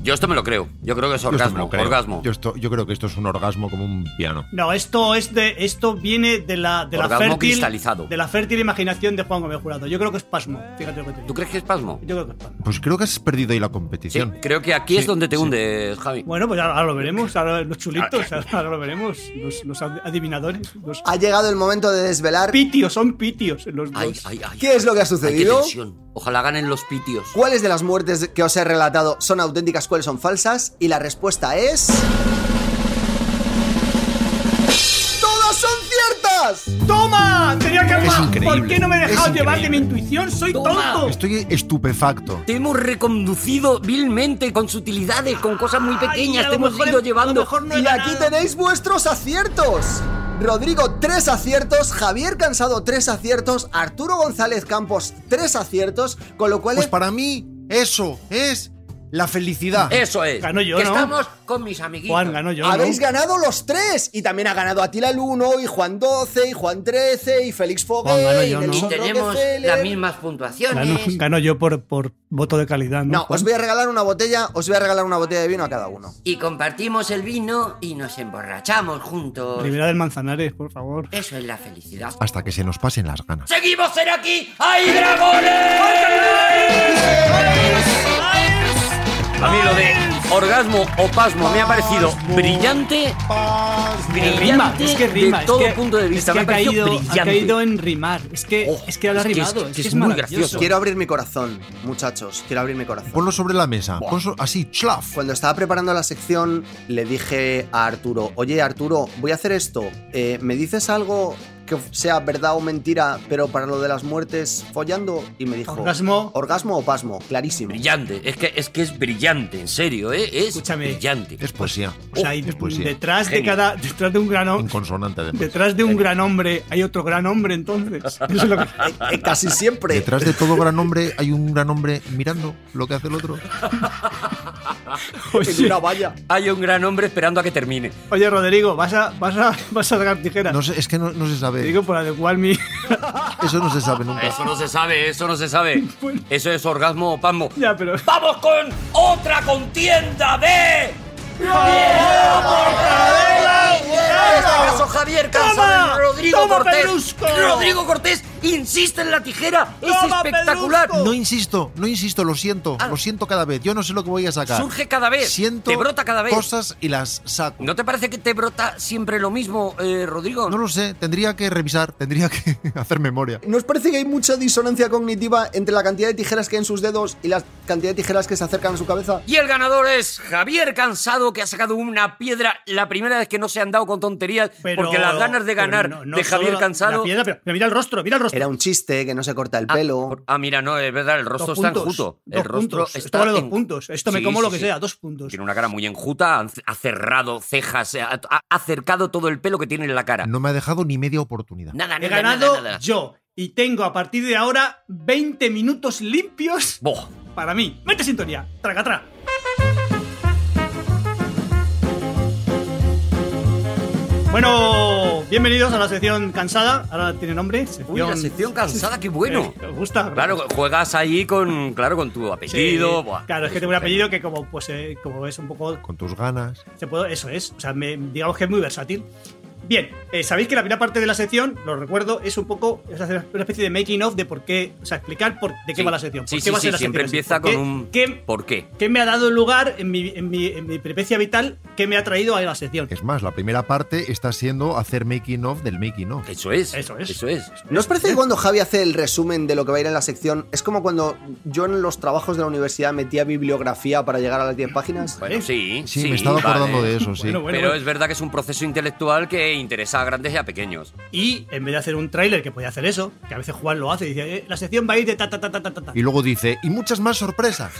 Speaker 1: Yo esto me lo creo. Yo creo que es
Speaker 2: Yo esto me
Speaker 1: orgasmo.
Speaker 2: lo creo.
Speaker 1: Orgasmo.
Speaker 2: Yo, esto- yo creo que esto es un orgasmo como un piano.
Speaker 3: No, esto es de esto viene de la de la
Speaker 1: Orgasmo
Speaker 3: fértil
Speaker 1: cristalizado.
Speaker 3: de la fértil imaginación de Juan Gómez Jurado. Yo creo que es pasmo. Fíjate lo que te
Speaker 1: ¿Tú
Speaker 3: digo.
Speaker 1: crees que es pasmo?
Speaker 3: Yo creo que es pasmo.
Speaker 2: Pues creo que has perdido ahí la
Speaker 1: Sí,
Speaker 2: competición.
Speaker 1: creo que aquí es
Speaker 2: Sí,
Speaker 1: donde te
Speaker 2: sí.
Speaker 1: hundes, Javi.
Speaker 3: Bueno, pues ahora, ahora lo veremos, ahora los chulitos,
Speaker 1: Ah, eh.
Speaker 3: ahora lo veremos, los, los ad- adivinadores, los
Speaker 4: Ha llegado el momento de desvelar
Speaker 3: pitios, son pitios los dos.
Speaker 1: Ay, ay, ay.
Speaker 4: ¿Qué es lo que ha
Speaker 1: Ay, qué
Speaker 4: sucedido?
Speaker 1: tensión. Ojalá ganen los pitios.
Speaker 4: cuáles de las muertes que os he relatado son auténticas, cuáles son falsas y la respuesta es... ¡Todas son ciertas!
Speaker 3: ¡Toma! ¡Tenía que
Speaker 2: Es
Speaker 3: ¿Por
Speaker 2: increíble,
Speaker 3: qué no me he
Speaker 2: es
Speaker 3: dejado llevar de mi
Speaker 2: increíble.
Speaker 3: intuición? ¡Soy
Speaker 1: Toma.
Speaker 3: tonto!
Speaker 2: Estoy estupefacto.
Speaker 1: Te hemos reconducido vilmente con sutilidades, con cosas muy pequeñas.
Speaker 3: a
Speaker 1: te
Speaker 3: lo
Speaker 1: hemos
Speaker 3: mejor
Speaker 1: ido
Speaker 3: es- a
Speaker 1: llevando.
Speaker 3: lo mejor no he
Speaker 4: Y aquí
Speaker 3: ganado.
Speaker 4: tenéis vuestros aciertos. Rodrigo, tres aciertos. Javier Cansado, tres aciertos. Arturo González Campos, tres aciertos. Con lo cual
Speaker 2: Pues
Speaker 4: es-
Speaker 2: para mí, eso es la felicidad.
Speaker 1: Eso es.
Speaker 3: Ganó yo,
Speaker 1: que
Speaker 3: ¿no?
Speaker 1: estamos con mis amiguitos.
Speaker 3: Juan, ganó yo. ¿no?
Speaker 4: habéis ganado los tres. Y también ha ganado Atila el 1, y Juan 12, y Juan 13, y Félix Fogué,
Speaker 3: ganó
Speaker 4: y
Speaker 3: yo, ¿no?
Speaker 1: Y
Speaker 4: Nelson
Speaker 1: tenemos
Speaker 4: Rockefeller.
Speaker 1: las mismas
Speaker 3: Ganó,
Speaker 1: puntuaciones.
Speaker 3: ganó yo por, por voto de calidad, ¿no?
Speaker 4: No, os voy a regalar una botella, os voy a regalar una botella de vino a cada uno.
Speaker 1: Y compartimos el vino y nos emborrachamos juntos.
Speaker 3: Rivera del Manzanares, por favor.
Speaker 9: Eh,
Speaker 1: Eso es la felicidad.
Speaker 2: Hasta que se nos pasen las ganas.
Speaker 1: ¡Seguimos en aquí! ¡Hay dragones! A mí lo de orgasmo o pasmo me ha parecido brillante. Brillante
Speaker 3: Rima, es que rima.
Speaker 1: de
Speaker 3: es
Speaker 1: todo
Speaker 3: que-
Speaker 1: punto de vista.
Speaker 3: es que
Speaker 1: me ha parecido
Speaker 3: caído,
Speaker 1: brillante.
Speaker 3: Ha caído en rimar. Es que,
Speaker 1: Oh,
Speaker 3: es que ahora ha
Speaker 1: es que es-
Speaker 3: rimado. Es,
Speaker 1: que
Speaker 3: que es,
Speaker 1: es muy gracioso.
Speaker 3: maravilloso.
Speaker 4: Quiero abrir mi corazón, muchachos, quiero abrir mi corazón.
Speaker 2: Ponlo sobre la mesa. Ponlo so- así, chlaf.
Speaker 4: Cuando estaba preparando la sección, le dije a Arturo, oye Arturo, voy a hacer esto. Eh, ¿Me dices algo que sea verdad o mentira, pero para lo de las muertes follando? Y me dijo,
Speaker 3: Orgasmo.
Speaker 4: ¿Orgasmo o pasmo? Clarísimo.
Speaker 1: Brillante, es que, es que es brillante, en serio, ¿eh? Es
Speaker 3: Escúchame.
Speaker 1: brillante.
Speaker 2: Es poesía.
Speaker 3: O sea, y
Speaker 2: es poesía.
Speaker 3: detrás de
Speaker 1: Genio.
Speaker 3: cada. Detrás de un gran
Speaker 2: En
Speaker 3: hombre.
Speaker 2: consonante, además.
Speaker 3: Detrás de un gran hombre hay otro gran hombre, entonces. Eso es lo que-
Speaker 4: Eh, eh, casi siempre.
Speaker 2: Detrás de todo gran hombre hay un gran hombre mirando lo que hace el otro.
Speaker 4: en una valla.
Speaker 1: Hay un gran hombre esperando a que termine.
Speaker 3: Oye, Rodrigo, vas a, vas a, vas a sacar tijeras.
Speaker 2: No sé, es que no, no se
Speaker 3: Te
Speaker 2: sabe.
Speaker 3: digo por adecuar mi.
Speaker 2: Eso no se sabe nunca.
Speaker 1: Eso no se sabe, eso no se sabe. Eso es orgasmo o pasmo.
Speaker 3: ya, pero.
Speaker 1: ¡Vamos con otra contienda de... En este caso, Javier Cansado
Speaker 3: ¡Toma!
Speaker 1: y Rodrigo
Speaker 3: ¡Toma,
Speaker 1: Cortés.
Speaker 3: Pedrusco!
Speaker 1: Rodrigo Cortés insiste en la tijera, es
Speaker 3: Toma,
Speaker 1: espectacular.
Speaker 3: Pedrusco.
Speaker 2: No insisto, no insisto, lo siento,
Speaker 1: Ah.
Speaker 2: lo siento cada vez. Yo no sé lo que voy a sacar.
Speaker 1: Surge cada vez,
Speaker 2: Siento
Speaker 1: te brota cada vez.
Speaker 2: cosas y las saco.
Speaker 1: ¿No te parece que te brota siempre lo mismo, eh, Rodrigo?
Speaker 2: No lo sé, tendría que revisar, tendría que hacer memoria.
Speaker 4: ¿Nos parece que hay mucha disonancia cognitiva entre la cantidad de tijeras que hay en sus dedos y la cantidad de tijeras que se acercan a su cabeza?
Speaker 1: Y el ganador es Javier Cansado, que ha sacado una piedra la primera vez que no se han dado con tonterías,
Speaker 3: Pero-
Speaker 1: porque las ganas de
Speaker 3: pero
Speaker 1: ganar
Speaker 3: no- no
Speaker 1: de
Speaker 3: solo
Speaker 1: Javier
Speaker 3: la-
Speaker 1: Cansado.
Speaker 3: la piedra, pero, pero mira el rostro, mira el rostro.
Speaker 4: Era un chiste que no se corta el pelo.
Speaker 1: Ah, mira, no, es verdad, el rostro
Speaker 3: Dos
Speaker 1: está
Speaker 3: puntos,
Speaker 1: enjuto. El
Speaker 3: dos
Speaker 1: rostro
Speaker 3: puntos.
Speaker 1: está
Speaker 3: Esto vale dos
Speaker 1: en-
Speaker 3: puntos. Esto me
Speaker 1: Sí,
Speaker 3: como
Speaker 1: sí,
Speaker 3: lo que
Speaker 1: sí.
Speaker 3: sea, dos puntos.
Speaker 1: Tiene una cara muy enjuta, ha- ha cerrado cejas, ha, ha- ha cercado todo el pelo que tiene en la cara.
Speaker 2: No me ha dejado ni media oportunidad.
Speaker 1: Nada,
Speaker 3: He
Speaker 1: nada, nada,
Speaker 3: ganado
Speaker 1: nada.
Speaker 3: yo. Y tengo a partir de ahora 20 minutos limpios
Speaker 1: Boh.
Speaker 3: para mí. Mete sintonía. Traca, tra. Bueno, bienvenidos a la sección cansada. Ahora tiene nombre.
Speaker 1: Uy, la sección cansada, qué bueno.
Speaker 3: Me gusta.
Speaker 1: Claro, juegas ahí con, claro, con tu apellido.
Speaker 3: Sí.
Speaker 1: buah.
Speaker 3: Claro, es que tengo un apellido que como, pues, eh, como es un poco...
Speaker 2: Con tus ganas.
Speaker 3: se puedo- eso es, o sea, me- digamos que es muy versátil. Bien, eh, sabéis que la primera parte de la sección, lo recuerdo, es un poco es hacer una especie de making of de por qué, o sea, explicar por, de qué
Speaker 1: Sí.
Speaker 3: va la sección.
Speaker 1: Sí,
Speaker 3: por qué
Speaker 1: sí,
Speaker 3: va a
Speaker 1: sí,
Speaker 3: ser la
Speaker 1: siempre
Speaker 3: sección
Speaker 1: empieza
Speaker 3: así, por
Speaker 1: con un
Speaker 3: qué- qué-
Speaker 1: ¿Por qué?
Speaker 3: qué me ha dado lugar en mi, en mi, en mi peripecia vital? ¿Qué me ha traído a la sección?
Speaker 2: Es más, la primera parte está siendo hacer making of del making of.
Speaker 1: Eso es.
Speaker 3: Eso es.
Speaker 1: Eso es.
Speaker 4: ¿No os parece que cuando Javi hace el resumen de lo que va a ir en la sección, es como cuando yo en los trabajos de la universidad metía bibliografía para llegar a las 10 páginas?
Speaker 1: Bueno, sí.
Speaker 2: Sí, me estaba
Speaker 1: vale.
Speaker 2: acordando de eso, sí.
Speaker 3: Bueno, bueno,
Speaker 1: Pero
Speaker 3: bueno.
Speaker 1: es verdad que es un proceso intelectual que interesa a grandes y a pequeños.
Speaker 3: Y en vez de hacer un tráiler que podía hacer eso, que a veces Juan lo hace, dice, eh, la sección va a ir de ta ta ta ta ta ta. ta.
Speaker 2: Y luego dice, y muchas más sorpresas.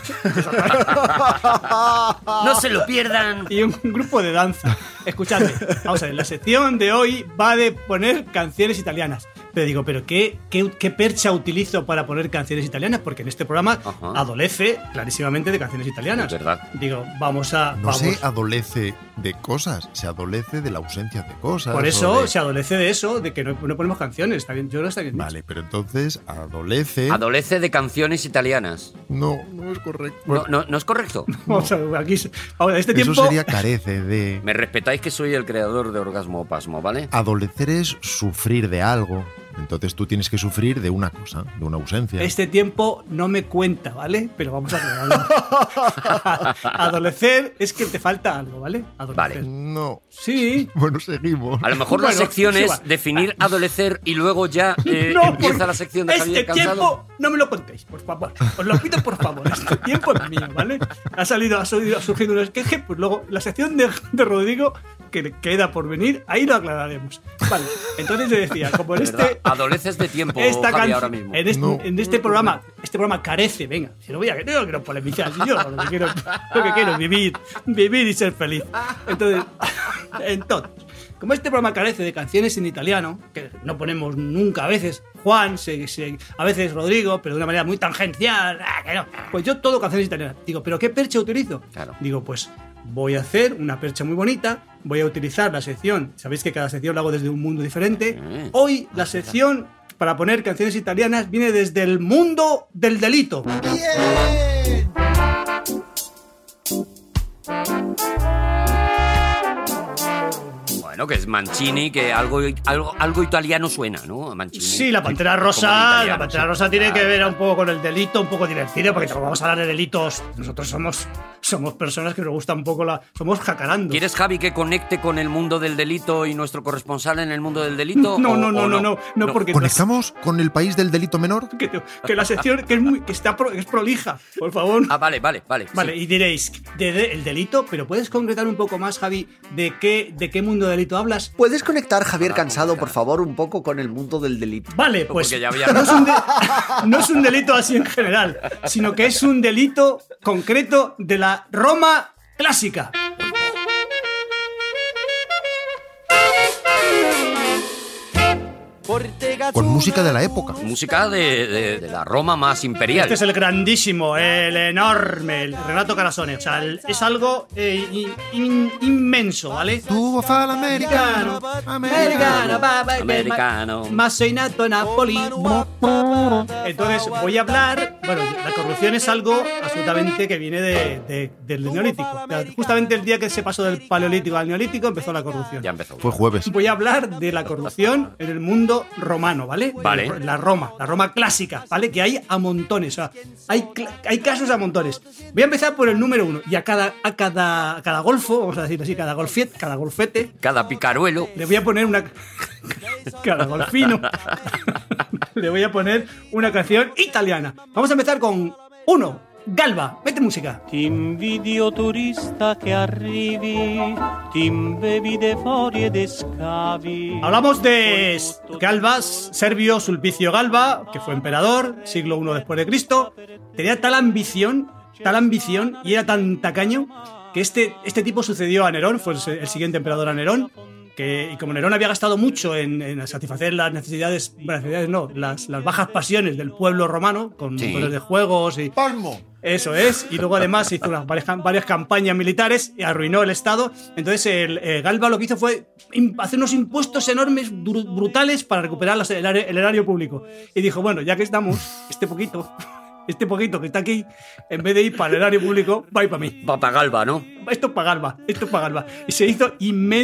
Speaker 1: No se lo pierdan.
Speaker 3: y un grupo de danza. Escuchadme, vamos a ver, la sección de hoy va de poner canciones italianas. Pero digo, ¿pero qué, qué, qué percha utilizo para poner canciones italianas? Porque en este programa
Speaker 1: Ajá.
Speaker 3: adolece clarísimamente de canciones italianas.
Speaker 1: Es verdad.
Speaker 3: Digo, vamos a...
Speaker 2: No
Speaker 3: vamos.
Speaker 2: se adolece de cosas, se adolece de la ausencia de cosas.
Speaker 3: Por
Speaker 2: o
Speaker 3: eso
Speaker 2: de-
Speaker 3: se adolece de eso, de que no, no ponemos canciones. Está bien, yo lo está bien. dicho.
Speaker 2: Vale, pero entonces adolece.
Speaker 1: Adolece de canciones italianas.
Speaker 2: no, no es correcto.
Speaker 1: No, no, no es correcto.
Speaker 3: Vamos a ver, aquí... se- Ahora, este
Speaker 2: eso
Speaker 3: tiempo...
Speaker 2: sería carece de.
Speaker 1: Me respetáis que soy el creador de Orgasmo Pasmo, ¿vale?
Speaker 2: Adolecer es sufrir de algo. Entonces tú tienes que sufrir de una cosa, de una ausencia.
Speaker 3: Este tiempo no me cuenta, ¿vale? Pero vamos a aclararlo. Adolecer es que te falta algo, ¿vale? Adolecer.
Speaker 2: No.
Speaker 3: Sí.
Speaker 2: Bueno, seguimos.
Speaker 1: A lo mejor la
Speaker 3: Bueno,
Speaker 1: sección
Speaker 3: sí,
Speaker 1: es
Speaker 3: va. Ah.
Speaker 1: definir adolecer y luego ya eh,
Speaker 3: porque
Speaker 1: empieza la sección de
Speaker 3: Este
Speaker 1: Javier Cansado.
Speaker 3: tiempo no me lo contéis, por favor. Os lo pido, por favor. Este tiempo es mío, ¿vale? Ha salido, ha, salido- ha surgido un esqueje, pues luego la sección de, de Rodrigo que le queda por venir, ahí lo aclararemos. Vale, entonces te decía, como en
Speaker 1: De verdad,
Speaker 3: este.
Speaker 1: Adoleces de tiempo,
Speaker 3: Esta
Speaker 1: Javi,
Speaker 3: canción-
Speaker 1: ahora mismo.
Speaker 3: En este,
Speaker 2: No.
Speaker 3: en este programa, este programa carece, venga, si lo voy a no quiero, polemizar, si yo lo que quiero, lo que quiero es vivir, vivir y ser feliz. Entonces, entonces, como este programa carece de canciones en italiano, que no ponemos nunca a veces, Juan, se- se- a veces Rodrigo, pero de una manera muy tangencial, ah, que no, pues yo todo canciones italianas. Digo, ¿pero qué percha utilizo?
Speaker 1: Claro.
Speaker 3: Digo, pues voy a hacer una percha muy bonita, voy a utilizar la sección, sabéis que cada sección la hago desde un mundo diferente,
Speaker 1: Mm.
Speaker 3: hoy la sección para poner canciones italianas viene desde el mundo del delito.
Speaker 1: Pues Bueno, que es Mancini, que algo, algo, algo italiano suena, ¿no? Mancini.
Speaker 3: Sí, la Pantera
Speaker 1: Como
Speaker 3: Rosa,
Speaker 1: italiano,
Speaker 3: la Pantera
Speaker 1: sí. Ah.
Speaker 3: Rosa tiene
Speaker 1: Claro.
Speaker 3: que ver un poco con el delito, un poco divertido, porque tampoco vamos a hablar de delitos. Nosotros somos, somos personas que nos gusta un poco la... Somos jacarando.
Speaker 1: ¿Quieres, Javi, que conecte con el mundo del delito y nuestro corresponsal en el mundo del delito?
Speaker 3: No, no,
Speaker 1: o-
Speaker 3: no,
Speaker 1: o
Speaker 3: no, no, no, porque...
Speaker 2: ¿Conectamos con el país del delito menor?
Speaker 3: Que, que la sección que es, muy, que está pro- que es prolija, por favor.
Speaker 1: Ah, vale, vale, vale. sí.
Speaker 3: Vale, y diréis, de- de- el delito, pero ¿puedes concretar un poco más, Javi, de qué, de qué mundo de delito hablas?
Speaker 4: ¿Puedes conectar Javier
Speaker 1: Ah,
Speaker 4: Cansado, por
Speaker 1: complicado.
Speaker 4: favor, un poco con el mundo del delito?
Speaker 3: Vale,
Speaker 1: Porque
Speaker 3: pues
Speaker 1: ya había-
Speaker 3: no, es un de- no es un delito así en general, sino que es un delito concreto de la Roma clásica.
Speaker 2: Con música de la época.
Speaker 1: Música de, de- de la Roma más imperial.
Speaker 3: Este es el grandísimo, el enorme, el Renato Carasone. O sea, el- es algo eh, in- in- inmenso, ¿vale?
Speaker 2: Tú, fal americano, americano.
Speaker 1: Americano.
Speaker 3: Más soy nato Napoli. Entonces voy a hablar. Bueno, la corrupción es algo absolutamente que viene de, de- del neolítico. O sea, Justamente el día que se pasó del paleolítico al neolítico empezó la corrupción.
Speaker 1: Ya empezó.
Speaker 2: Fue jueves.
Speaker 3: Voy a hablar de la corrupción en el mundo romano, ¿vale?
Speaker 1: Vale.
Speaker 3: La Roma, la Roma clásica, ¿vale? Que hay a montones, o sea, hay, cl- hay casos a montones. Voy a empezar por el número uno, y a cada, a cada, a cada golfo, vamos a decirlo así, cada golfiet, cada golfete,
Speaker 1: Cada picaruelo.
Speaker 3: le voy a poner una. Cada golfino. Le voy a poner una canción italiana. Vamos a empezar con uno. Galba, mete música.
Speaker 8: Ti invidio turista che arrivi, ti imbevi de fuori ed escavi.
Speaker 3: Hablamos de Galbas, Servio Sulpicio Galba, que fue emperador, siglo I después de Cristo. Tenía tal ambición, tal ambición, y era tan tacaño, que este, este tipo sucedió a Nerón, fue el siguiente emperador a Nerón. Que, y como Nerón había gastado mucho en, en satisfacer las necesidades, bueno, necesidades no, las, las bajas pasiones del pueblo romano, con montones de juegos y,
Speaker 2: ¡Palmo!
Speaker 3: Eso es, y luego además hizo unas varias, cam- varias campañas militares y arruinó el Estado. Entonces el, eh, Galba lo que hizo fue im- hacer unos impuestos enormes, dru- brutales, para recuperar las- el, are- el erario público. Y dijo, bueno, ya que estamos, este poquito, este poquito que está aquí, en vez de ir para el erario público, va a ir para mí.
Speaker 1: Papagalba, ¿no?
Speaker 3: Esto es para Galba, esto es para Galba. Y se hizo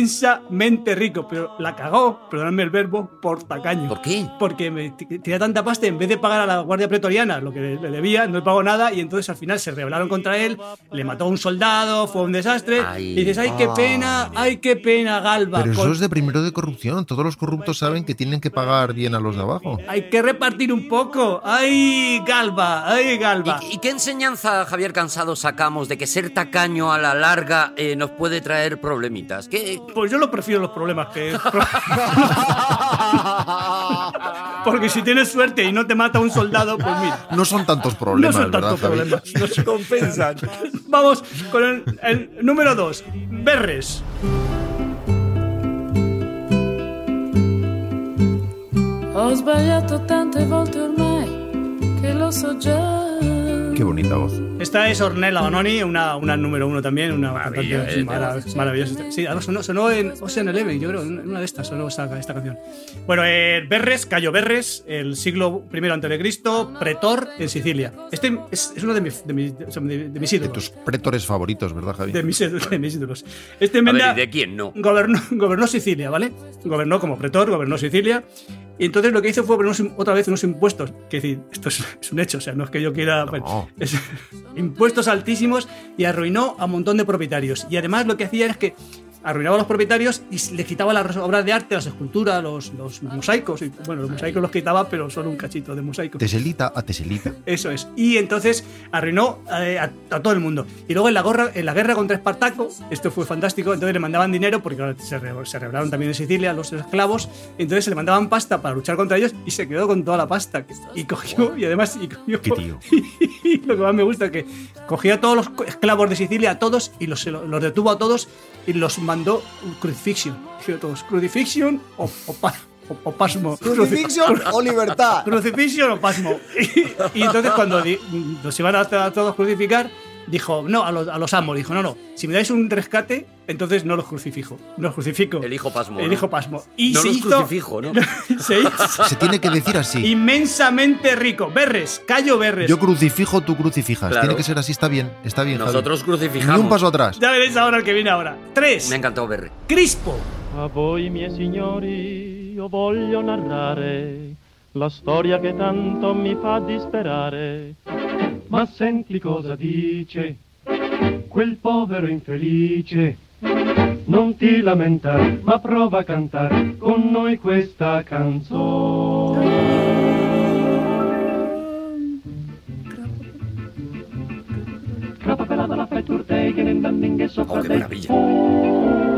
Speaker 3: inmensamente rico, pero la cagó, perdóname el verbo, por tacaño
Speaker 1: ¿Por qué?
Speaker 3: porque me t- tenía tanta pasta en vez de pagar a la guardia pretoriana lo que le debía, no le pagó nada y entonces al final se rebelaron contra él, le mató a un soldado, fue un desastre
Speaker 1: Ay.
Speaker 3: y dices, ay, qué pena, ay, qué pena, Galba.
Speaker 2: Pero eso
Speaker 3: con-
Speaker 2: es de primero de corrupción. Todos los corruptos saben que tienen que pagar bien a los de abajo.
Speaker 3: Hay que repartir un poco, ay, Galba, ay, Galba.
Speaker 1: ¿Y, y qué enseñanza, Javier Cansado, sacamos de que ser tacaño a la larga eh, nos puede traer problemitas? ¿Qué?
Speaker 3: Pues yo lo prefiero los problemas que... Porque si tienes suerte y no te mata un soldado, pues mira.
Speaker 2: No son tantos problemas,
Speaker 3: no son
Speaker 2: ¿verdad,
Speaker 3: tantos
Speaker 2: Javi?
Speaker 3: problemas, no se compensan. Vamos con el, el número 2, Berres.
Speaker 10: Ho sbagliato tante volte ormai, che lo so già.
Speaker 2: Qué bonita voz.
Speaker 3: Esta es Ornella Banoni, una, una número uno también, una
Speaker 1: Maravilla,
Speaker 3: cantante
Speaker 1: ¿eh?
Speaker 3: mara- maravillosa. Sí, además sonó, sonó en Ocean Eleven, yo creo, en una de estas sonó esta, esta canción. Bueno, eh, Berres, Cayo Berres, el siglo I antes de Cristo, pretor en Sicilia. Este es, es uno de mis, de mis, de, de mis
Speaker 2: De
Speaker 3: ídolos.
Speaker 2: tus pretores favoritos, ¿verdad, Javi?
Speaker 3: de mis, de mis ídolos. Este
Speaker 1: A ver,
Speaker 3: Menda
Speaker 1: ¿y de quién no?
Speaker 3: gobernó, gobernó Sicilia, ¿vale? Gobernó como pretor, gobernó Sicilia. Y entonces lo que hizo fue poner unos im- otra vez unos impuestos. Que es decir, esto es, es un hecho, o sea, no es que yo quiera. bueno, es- impuestos altísimos y arruinó a un montón de propietarios. Y además lo que hacía es que arruinaba a los propietarios y s- les quitaba las obras de arte, las esculturas, los, los mosaicos. Y, bueno, los mosaicos los quitaba, pero solo un cachito de mosaico.
Speaker 2: Teselita a teselita.
Speaker 3: Eso es. Y entonces arruinó eh, a, a todo el mundo. Y luego en la, gorra, en la guerra contra Espartaco, esto fue fantástico, entonces le mandaban dinero, porque claro, se, re- se rebelaron también en Sicilia los esclavos, entonces se le mandaban pasta para luchar contra ellos y se quedó con toda la pasta. que- Y cogió, y además, y cogió-
Speaker 2: Qué tío.
Speaker 3: y lo que más me gusta es que cogió a todos los co- esclavos de Sicilia, a todos, y los, los detuvo a todos y los mandó un crucifixion. Dijeron todos, crucifixion o, o, pa- o- o pasmo.
Speaker 4: ¿Crucifixion o libertad?
Speaker 3: Crucifixion o pasmo. Y, y entonces cuando di- los iban a, a todos crucificar, dijo, no, a los, a los amos, dijo, no, no, si me dais un rescate, entonces no los crucifijo. No los crucifico.
Speaker 1: El hijo pasmo.
Speaker 3: El
Speaker 1: ¿no?
Speaker 3: hijo pasmo. Y
Speaker 1: No
Speaker 3: se
Speaker 1: los
Speaker 3: hizo-
Speaker 1: crucifijo, ¿no?
Speaker 3: se hizo
Speaker 2: Se tiene que decir así.
Speaker 3: inmensamente rico. Berres, Cayo Berres.
Speaker 2: Yo crucifijo, tú crucifijas.
Speaker 1: Claro.
Speaker 2: Tiene que ser así, está bien, está bien. Javi.
Speaker 1: Nosotros
Speaker 2: Ni
Speaker 1: crucificamos.
Speaker 2: un paso atrás.
Speaker 3: Ya veréis ahora el que viene ahora. Tres,
Speaker 1: Me ha encantado verle.
Speaker 3: Crispo.
Speaker 8: A voi, miei signori, io voglio narrare la storia che tanto mi fa disperare. Ma senti cosa dice quel povero infelice. Non ti lamentar, ma prova a cantar con noi questa canzone. Crapa pelada la fai turtei che ne che sopra
Speaker 1: Oh, qué
Speaker 8: dei-
Speaker 1: maravilla.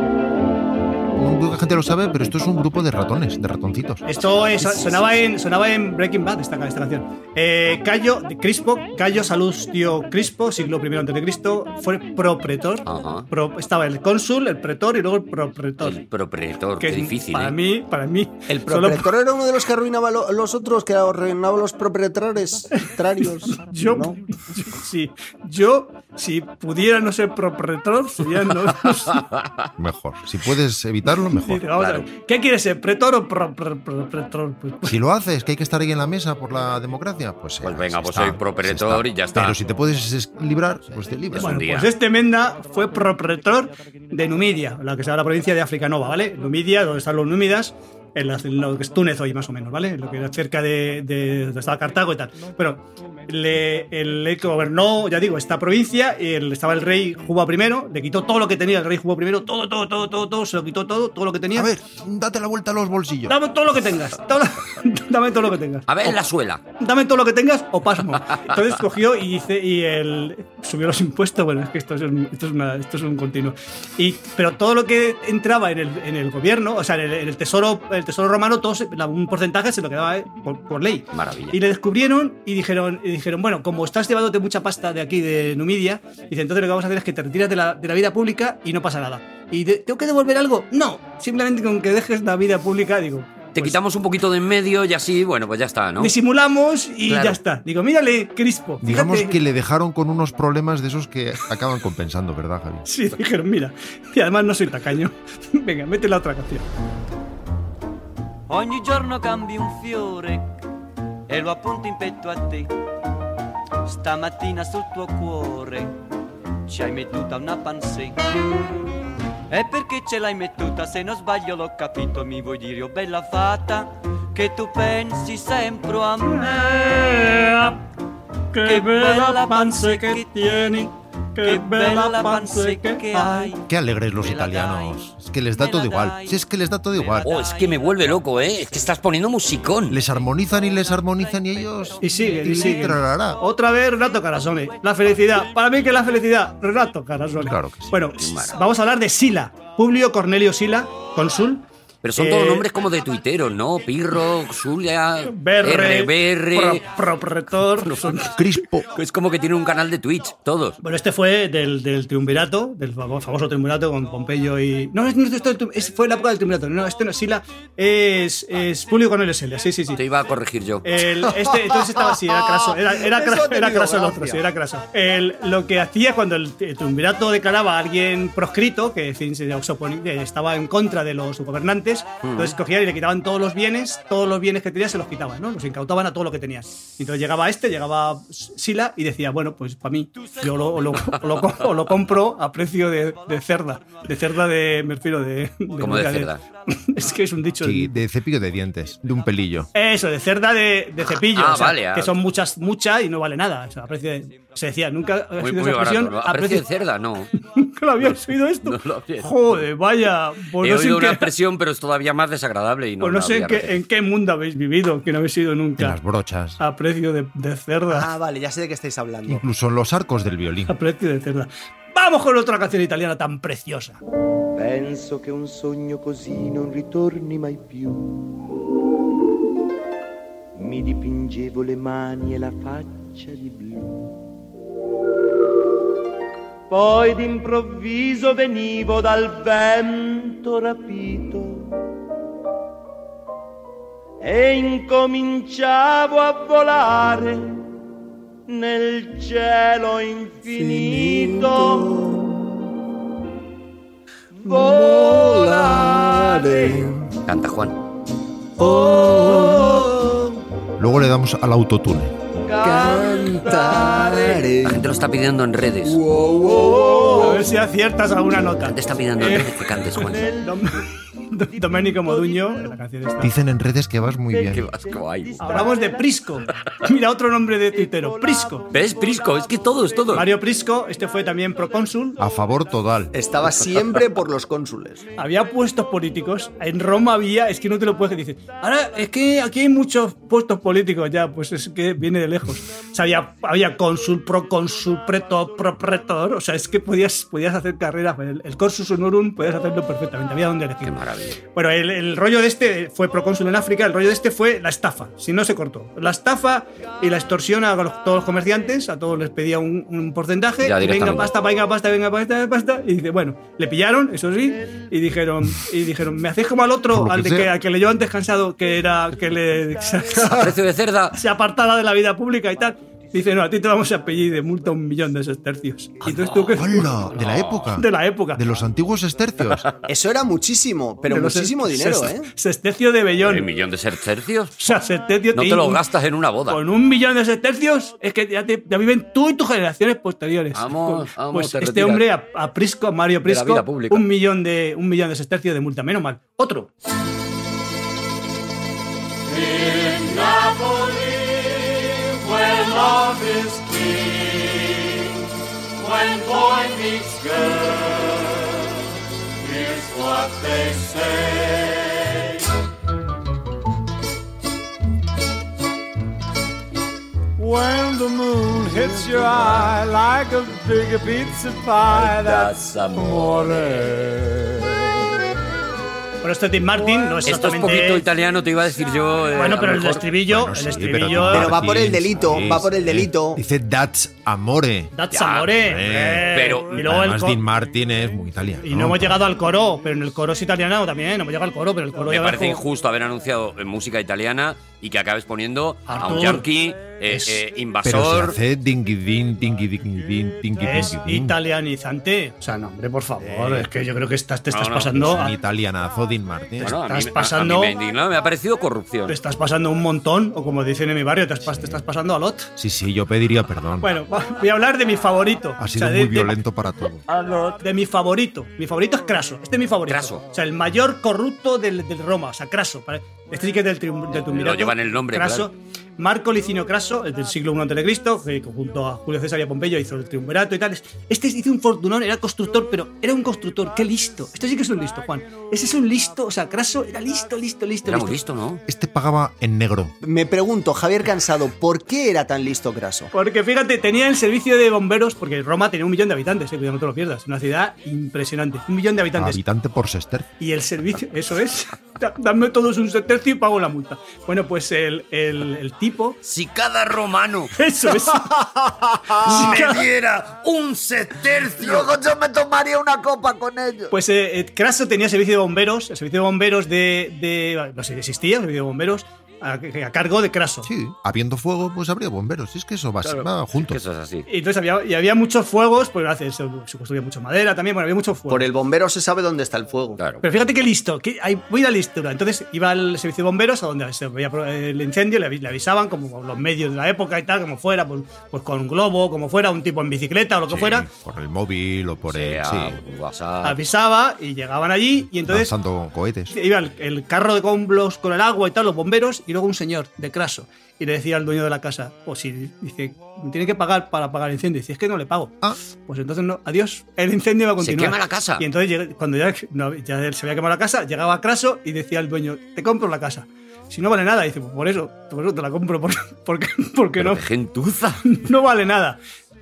Speaker 2: No creo que La gente lo sabe, pero esto es un grupo de ratones, de ratoncitos.
Speaker 3: Esto es- sonaba, en, sonaba en Breaking Bad esta, esta canción. Eh, Cayo de Crispo, Cayo Salustio Crispo, siglo I antes de Cristo, fue propretor.
Speaker 1: Ajá.
Speaker 3: Pro- estaba el cónsul, el pretor y luego el propretor.
Speaker 1: El propretor,
Speaker 3: que
Speaker 1: qué difícil.
Speaker 3: para
Speaker 1: ¿eh?
Speaker 3: mí, para mí.
Speaker 4: El
Speaker 3: solo-
Speaker 4: propretor era uno de los que arruinaba lo- los otros, que arruinaba los propietarios. trarios,
Speaker 3: Yo,
Speaker 4: ¿no?
Speaker 3: yo- sí, yo, si pudiera no ser propretor, sería no. no sé.
Speaker 2: Mejor. Si puedes evitarlo,
Speaker 3: Dice, vamos a
Speaker 2: mejor.
Speaker 1: Pues claro.
Speaker 3: ver, ¿Qué quieres ser? ¿Pretor o pro- pro- pro- propretor? Pues-
Speaker 2: Si lo haces, que hay que estar ahí en la mesa por la democracia, pues.
Speaker 1: Pues
Speaker 2: eh,
Speaker 1: venga,
Speaker 2: se
Speaker 1: pues
Speaker 2: está,
Speaker 1: soy propretor
Speaker 2: se
Speaker 1: y ya está.
Speaker 2: Pero si te puedes es- librar, pues te libras.
Speaker 3: Bueno,
Speaker 1: día.
Speaker 3: pues este Menda fue propretor de Numidia, la que se llama la provincia de África Nova, ¿vale? Numidia, donde están los númidas. en, las- en lo que es Túnez hoy más o menos, ¿vale? En lo que era cerca de, de donde estaba Cartago y tal. Bueno, le, él le gobernó, ya digo, esta provincia, y él- estaba el rey Juba I, le quitó todo lo que tenía el rey Juba I, todo, todo, todo, todo, todo, se lo quitó todo, todo lo que tenía.
Speaker 2: A ver, pues, date la vuelta a los bolsillos.
Speaker 3: Dame todo lo que tengas, todo lo- dame todo lo que tengas
Speaker 1: A ver la suela.
Speaker 3: dame todo lo que tengas o pasmo. Entonces cogió y dice y el subió los impuestos. Bueno, es que esto es un, esto es una- esto es un continuo. Y, pero todo lo que entraba en el, en el gobierno, o sea, en el, en el tesoro, el tesoro romano, todo se- la- un porcentaje se lo quedaba eh, por, por ley.
Speaker 1: Maravilla.
Speaker 3: Y le descubrieron y dijeron, y dijeron, bueno, como estás llevándote mucha pasta de aquí, de Numidia, dice, entonces lo que vamos a hacer es que te retiras de la, de la vida pública y no pasa nada. ¿Y de- tengo que devolver algo? No, simplemente con que dejes la vida pública, digo.
Speaker 1: Te
Speaker 3: pues,
Speaker 1: quitamos un poquito de en medio y así, bueno, pues ya está, ¿no?
Speaker 3: Disimulamos y
Speaker 1: Claro.
Speaker 3: ya está. Digo, mírale, Crispo.
Speaker 2: Digamos
Speaker 3: fíjate.
Speaker 2: que le dejaron con unos problemas de esos que acaban compensando, ¿verdad, Javi?
Speaker 3: Sí, dijeron, mira. Y además no soy tacaño. Venga, mete la otra canción.
Speaker 9: Ogni giorno cambi un fiore e lo appunto in petto a te. Stamattina sul tuo cuore ci hai mettuta una pansé. E perché ce l'hai mettuta? Se non sbaglio l'ho capito, mi vuoi dire, oh bella fata, che tu pensi sempre a me.
Speaker 3: Che bella panza che tieni, che bella panza che hai.
Speaker 2: Qué alegres los italianos. Es que les da todo igual. Si es que les da todo igual.
Speaker 1: Oh, es que me vuelve loco, ¿eh? Es que estás poniendo musicón.
Speaker 2: Les armonizan y les armonizan y ellos.
Speaker 3: Y sigue, y
Speaker 2: Tilín,
Speaker 3: sigue. Oh.
Speaker 2: trarará.
Speaker 3: Otra vez Renato Carasone. La felicidad. Para mí que la felicidad, Renato Carasone.
Speaker 2: Claro que sí.
Speaker 3: Bueno, vamos a hablar de Sila. Publio Cornelio Sila, cónsul.
Speaker 1: Pero son todos
Speaker 3: Eh,
Speaker 1: nombres como de tuiteros, ¿no? Pirro, Zulia,
Speaker 3: Berre,
Speaker 1: RBR.
Speaker 3: pro- propretor. son-
Speaker 2: Crispo.
Speaker 1: Es como que tiene un canal de Twitch, todos.
Speaker 3: Bueno, este fue del, del triunvirato, del famo- famoso triunvirato con Pompeyo y. No, es- no, esto es- es- fue la época del triunvirato. No, esto no es Sila, es, es Publio Cornelio Sila. Sí, sí, sí.
Speaker 1: Te iba a corregir yo.
Speaker 3: El- este, entonces estaba así, era craso. Era, era,
Speaker 4: Eso
Speaker 3: cra-
Speaker 4: ha tenido
Speaker 3: era craso el otro,
Speaker 4: gracia.
Speaker 3: sí, era craso. El- lo que hacía cuando el t- triunvirato declaraba a alguien proscrito, que en fin, se oponi- eh, estaba en contra de los gobernantes, entonces cogían y le quitaban todos los bienes, todos los bienes que tenía se los quitaban, ¿no? Los incautaban a todo lo que tenían. Y Entonces llegaba este, llegaba Sila y decía, bueno, pues para mí, yo lo, o lo, o lo co- o lo compro a precio de, de cerda. De cerda de, me refiero, de... de
Speaker 1: Como de cerda.
Speaker 3: es que es un dicho...
Speaker 2: Sí, de cepillo de dientes, de un pelillo.
Speaker 3: Eso, de cerda de, de cepillo.
Speaker 1: ah,
Speaker 3: o sea,
Speaker 1: vale, ah.
Speaker 3: Que son muchas, muchas y no vale nada. O sea, a precio de- se decía, nunca había
Speaker 1: Muy,
Speaker 3: sido
Speaker 1: muy
Speaker 3: esa
Speaker 1: barato.
Speaker 3: expresión.
Speaker 1: ¿no?
Speaker 3: a
Speaker 1: A precio de
Speaker 3: precio-
Speaker 1: cerda, no.
Speaker 3: Nunca lo había oído esto.
Speaker 1: No lo había-
Speaker 3: Joder, vaya. Pues
Speaker 1: He
Speaker 3: no sé,
Speaker 1: oído
Speaker 3: en
Speaker 1: una
Speaker 3: qué,
Speaker 1: expresión, pero es todavía más desagradable y no.
Speaker 3: pues no
Speaker 1: la
Speaker 3: sé
Speaker 1: voy
Speaker 3: en
Speaker 1: a
Speaker 3: qué,
Speaker 1: repetir.
Speaker 3: en qué mundo habéis vivido que no habéis ido
Speaker 2: En
Speaker 3: nunca
Speaker 2: las brochas.
Speaker 3: a precio de, de cerda.
Speaker 4: Ah, vale, ya sé de qué estáis hablando.
Speaker 2: Incluso en los arcos del violín.
Speaker 3: A precio de cerda. Vamos con otra canción italiana tan preciosa.
Speaker 9: Penso che un sogno così non ritorni mai più. Mi dipingevo le mani e la faccia di blu. Poi d'improvviso venivo dal vento rapito e incominciavo a volare nel cielo infinito. Volare.
Speaker 1: Canta Juan.
Speaker 2: Luego le damos al autotune.
Speaker 4: Cantaré.
Speaker 1: La gente lo está pidiendo en redes. La
Speaker 3: A ver si aciertas alguna nota.
Speaker 1: gente está pidiendo
Speaker 3: Eh.
Speaker 1: en redes que cantes, Juan.
Speaker 3: Dom- Domenico Moduño, la canción está.
Speaker 2: Dicen en redes que vas muy
Speaker 1: Qué
Speaker 2: bien.
Speaker 1: vasco hay.
Speaker 3: Hablamos de Prisco. Mira otro nombre de tuitero, Prisco.
Speaker 1: ¿Ves, Prisco? Es que todos, todos.
Speaker 3: Mario Prisco, este fue también procónsul.
Speaker 2: A favor total.
Speaker 3: Eh.
Speaker 4: Estaba siempre por los cónsules.
Speaker 3: Había puestos políticos. En Roma había, es que no te lo puedes decir. Ahora, es que aquí hay muchos puestos políticos ya, pues es que viene de lejos. O sea, había, había cónsul, procónsul, pretor, propretor. O sea, es que podías, podías hacer carreras. El, el cursus honorum podías hacerlo perfectamente. Había donde elegir.
Speaker 1: Qué maravilla.
Speaker 3: Bueno, el, el rollo de este fue procónsul en África, el rollo de este fue la estafa, si no se cortó. La estafa y la extorsión a los- todos los comerciantes, a todos les pedía un, un porcentaje,
Speaker 1: Ya,
Speaker 3: y venga
Speaker 1: directamente.
Speaker 3: pasta, venga pasta, venga pasta, venga, pasta, y dice, bueno, le pillaron, eso sí, y dijeron, y dijeron, me hacéis como al
Speaker 2: Por
Speaker 3: otro,
Speaker 2: lo
Speaker 3: al,
Speaker 2: que
Speaker 3: de que,
Speaker 2: sea.
Speaker 3: al que leyó antes cansado, que era que le
Speaker 1: A precio de cerda.
Speaker 3: se apartara de la vida pública y tal. Dice, no, a ti te vamos a pedir de multa un millón de esos tercios. Y entonces tú que...
Speaker 2: ¡Hola! De la época.
Speaker 3: De la época.
Speaker 2: De los antiguos estercios.
Speaker 4: Eso era muchísimo, pero
Speaker 3: De los-
Speaker 4: muchísimo dinero,
Speaker 3: ses-
Speaker 4: ¿eh?
Speaker 3: Sestecio de
Speaker 1: ¿Un
Speaker 3: bellón.
Speaker 1: millón de sertercios?
Speaker 3: O sea, sestecio
Speaker 1: No te lo gastas en una boda.
Speaker 3: Con un millón de sextercios es que ya, te, ya viven tú y tus generaciones posteriores.
Speaker 1: Vamos,
Speaker 3: Pues,
Speaker 1: vamos,
Speaker 3: pues
Speaker 1: te
Speaker 3: este
Speaker 1: retiras.
Speaker 3: hombre a, a Prisco, a Mario
Speaker 1: De la
Speaker 3: Prisco,
Speaker 1: vida pública.
Speaker 3: un millón de un millón de sextercios de multa, menos mal. Otro.
Speaker 11: Napoli, where love is king. When boy meets girl, here's what they say.
Speaker 12: When the moon hits your eye like a big pizza pie,
Speaker 3: Pues
Speaker 12: that's amore.
Speaker 3: Pero este Tim Martin no es
Speaker 1: Esto es
Speaker 3: exactamente.
Speaker 1: poquito italiano, te iba a decir yo. eh,
Speaker 3: Bueno,
Speaker 1: a
Speaker 3: pero
Speaker 1: lo
Speaker 3: el
Speaker 1: mejor.
Speaker 3: estribillo, el
Speaker 2: Sí,
Speaker 3: estribillo.
Speaker 2: pero
Speaker 4: Pero va por el
Speaker 2: Martins,
Speaker 4: delito,
Speaker 2: sí,
Speaker 4: va por el
Speaker 2: sí.
Speaker 4: delito.
Speaker 2: Dice That's Amore.
Speaker 3: That's
Speaker 2: Ya,
Speaker 3: amore.
Speaker 2: hombre.
Speaker 3: Pero- Y luego el
Speaker 2: Además,
Speaker 3: co-
Speaker 2: Dean Martin es muy italiano.
Speaker 3: Y no hemos llegado al coro, pero en el coro es italiano también. No hemos llegado al coro, pero el coro
Speaker 1: Me
Speaker 3: ya
Speaker 1: parece
Speaker 3: abajo-
Speaker 1: injusto haber anunciado eh, música italiana y que acabes poniendo a un
Speaker 3: Artur.
Speaker 1: yankee, eh, eh,
Speaker 2: Pero se
Speaker 1: invasor.
Speaker 2: hace dinky din, dinky dinky din, dinky
Speaker 3: Es
Speaker 2: dinky din.
Speaker 3: italianizante. O sea, no, hombre, por favor.
Speaker 2: Eh.
Speaker 3: Es que yo creo que estás, te estás
Speaker 2: No, no,
Speaker 3: pasando.
Speaker 2: Es
Speaker 3: a-
Speaker 2: un italianazo, Dean Martin.
Speaker 1: Bueno, a mí-
Speaker 3: estás
Speaker 1: a- a mí
Speaker 3: pasando-
Speaker 1: me indignó, me ha parecido corrupción.
Speaker 3: te estás pasando un montón, o como dicen en mi barrio, te, has pas- te estás pasando a lot.
Speaker 2: Sí, sí, yo pediría perdón.
Speaker 3: Bueno, voy a hablar de mi favorito.
Speaker 2: ha sido
Speaker 3: O sea, de-
Speaker 2: muy
Speaker 3: de-
Speaker 2: violento para todo.
Speaker 3: De mi favorito. Mi favorito es Craso. Este es mi favorito. O sea, el mayor corrupto del, del Roma. O sea, Craso. Pare- Este sí que es del, triun- del triunvirato.
Speaker 1: Lo llevan el nombre,
Speaker 3: Craso. Marco Licinio Craso, el del siglo I a.C., que junto a Julio César y a Pompeyo hizo el triunvirato y tal. Este hizo un fortunón, era constructor, pero era un constructor. ¡Qué listo! Este sí que es un listo, Juan. Ese es un listo. O sea, Craso era listo, listo, listo.
Speaker 1: Era muy listo, ¿no?
Speaker 2: Este pagaba en negro.
Speaker 4: Me pregunto, Javier Cansado, ¿por qué era tan listo Craso?
Speaker 3: Porque fíjate, tenía el servicio de bomberos, porque Roma tenía un millón de habitantes, eh, cuidado, no te lo pierdas. Una ciudad impresionante. Un millón de habitantes.
Speaker 2: Habitante por sester.
Speaker 3: y el servicio, eso es. Da- Dame todos un tercio y pago la multa. Bueno, pues el, el- el tipo.
Speaker 1: Si cada romano.
Speaker 3: Eso es.
Speaker 1: me diera un setercio.
Speaker 4: Luego yo me tomaría una copa con ellos.
Speaker 3: Pues eh, eh, Craso tenía servicio de bomberos, el servicio de bomberos de. de- no sé, existía el servicio de bomberos a, a cargo de Craso.
Speaker 2: Sí, habiendo fuego, pues habría bomberos. Es que eso va, va junto.
Speaker 1: Eso es así.
Speaker 3: Y entonces había, y había muchos fuegos, pues gracias, se, se construía mucha madera también, bueno, había muchos fuegos.
Speaker 4: Por el bombero se sabe dónde está el fuego.
Speaker 3: Pero fíjate qué listo, que hay mucha listura. Entonces iba al servicio de bomberos a donde se veía el incendio, le avi- le avisaban como los medios de la época y tal, como fuera, pues, pues con un globo, como fuera, un tipo en bicicleta o lo que
Speaker 2: Sí,
Speaker 3: fuera.
Speaker 2: Por el móvil o por el.
Speaker 1: Sea
Speaker 2: Sí.
Speaker 1: WhatsApp.
Speaker 3: Avisaba y llegaban allí y entonces
Speaker 2: Lanzando cohetes.
Speaker 3: iba el, el carro de comblos con el agua y tal, los bomberos, y luego un señor de craso. Y le decía al dueño de la casa, o si dice, me tiene que pagar para pagar el incendio. Y dice, es que no le pago.
Speaker 2: Ah.
Speaker 3: Pues entonces no, adiós. El incendio va a
Speaker 1: Se
Speaker 3: continuar.
Speaker 1: quema la casa.
Speaker 3: Y entonces llega- cuando ya, no, ya se había quemado la casa, llegaba craso y decía al dueño, te compro la casa. Si no vale nada, dice, pues por eso, por eso te la compro, por- porque, porque
Speaker 1: Pero
Speaker 3: no
Speaker 1: qué gentuza.
Speaker 3: no vale nada.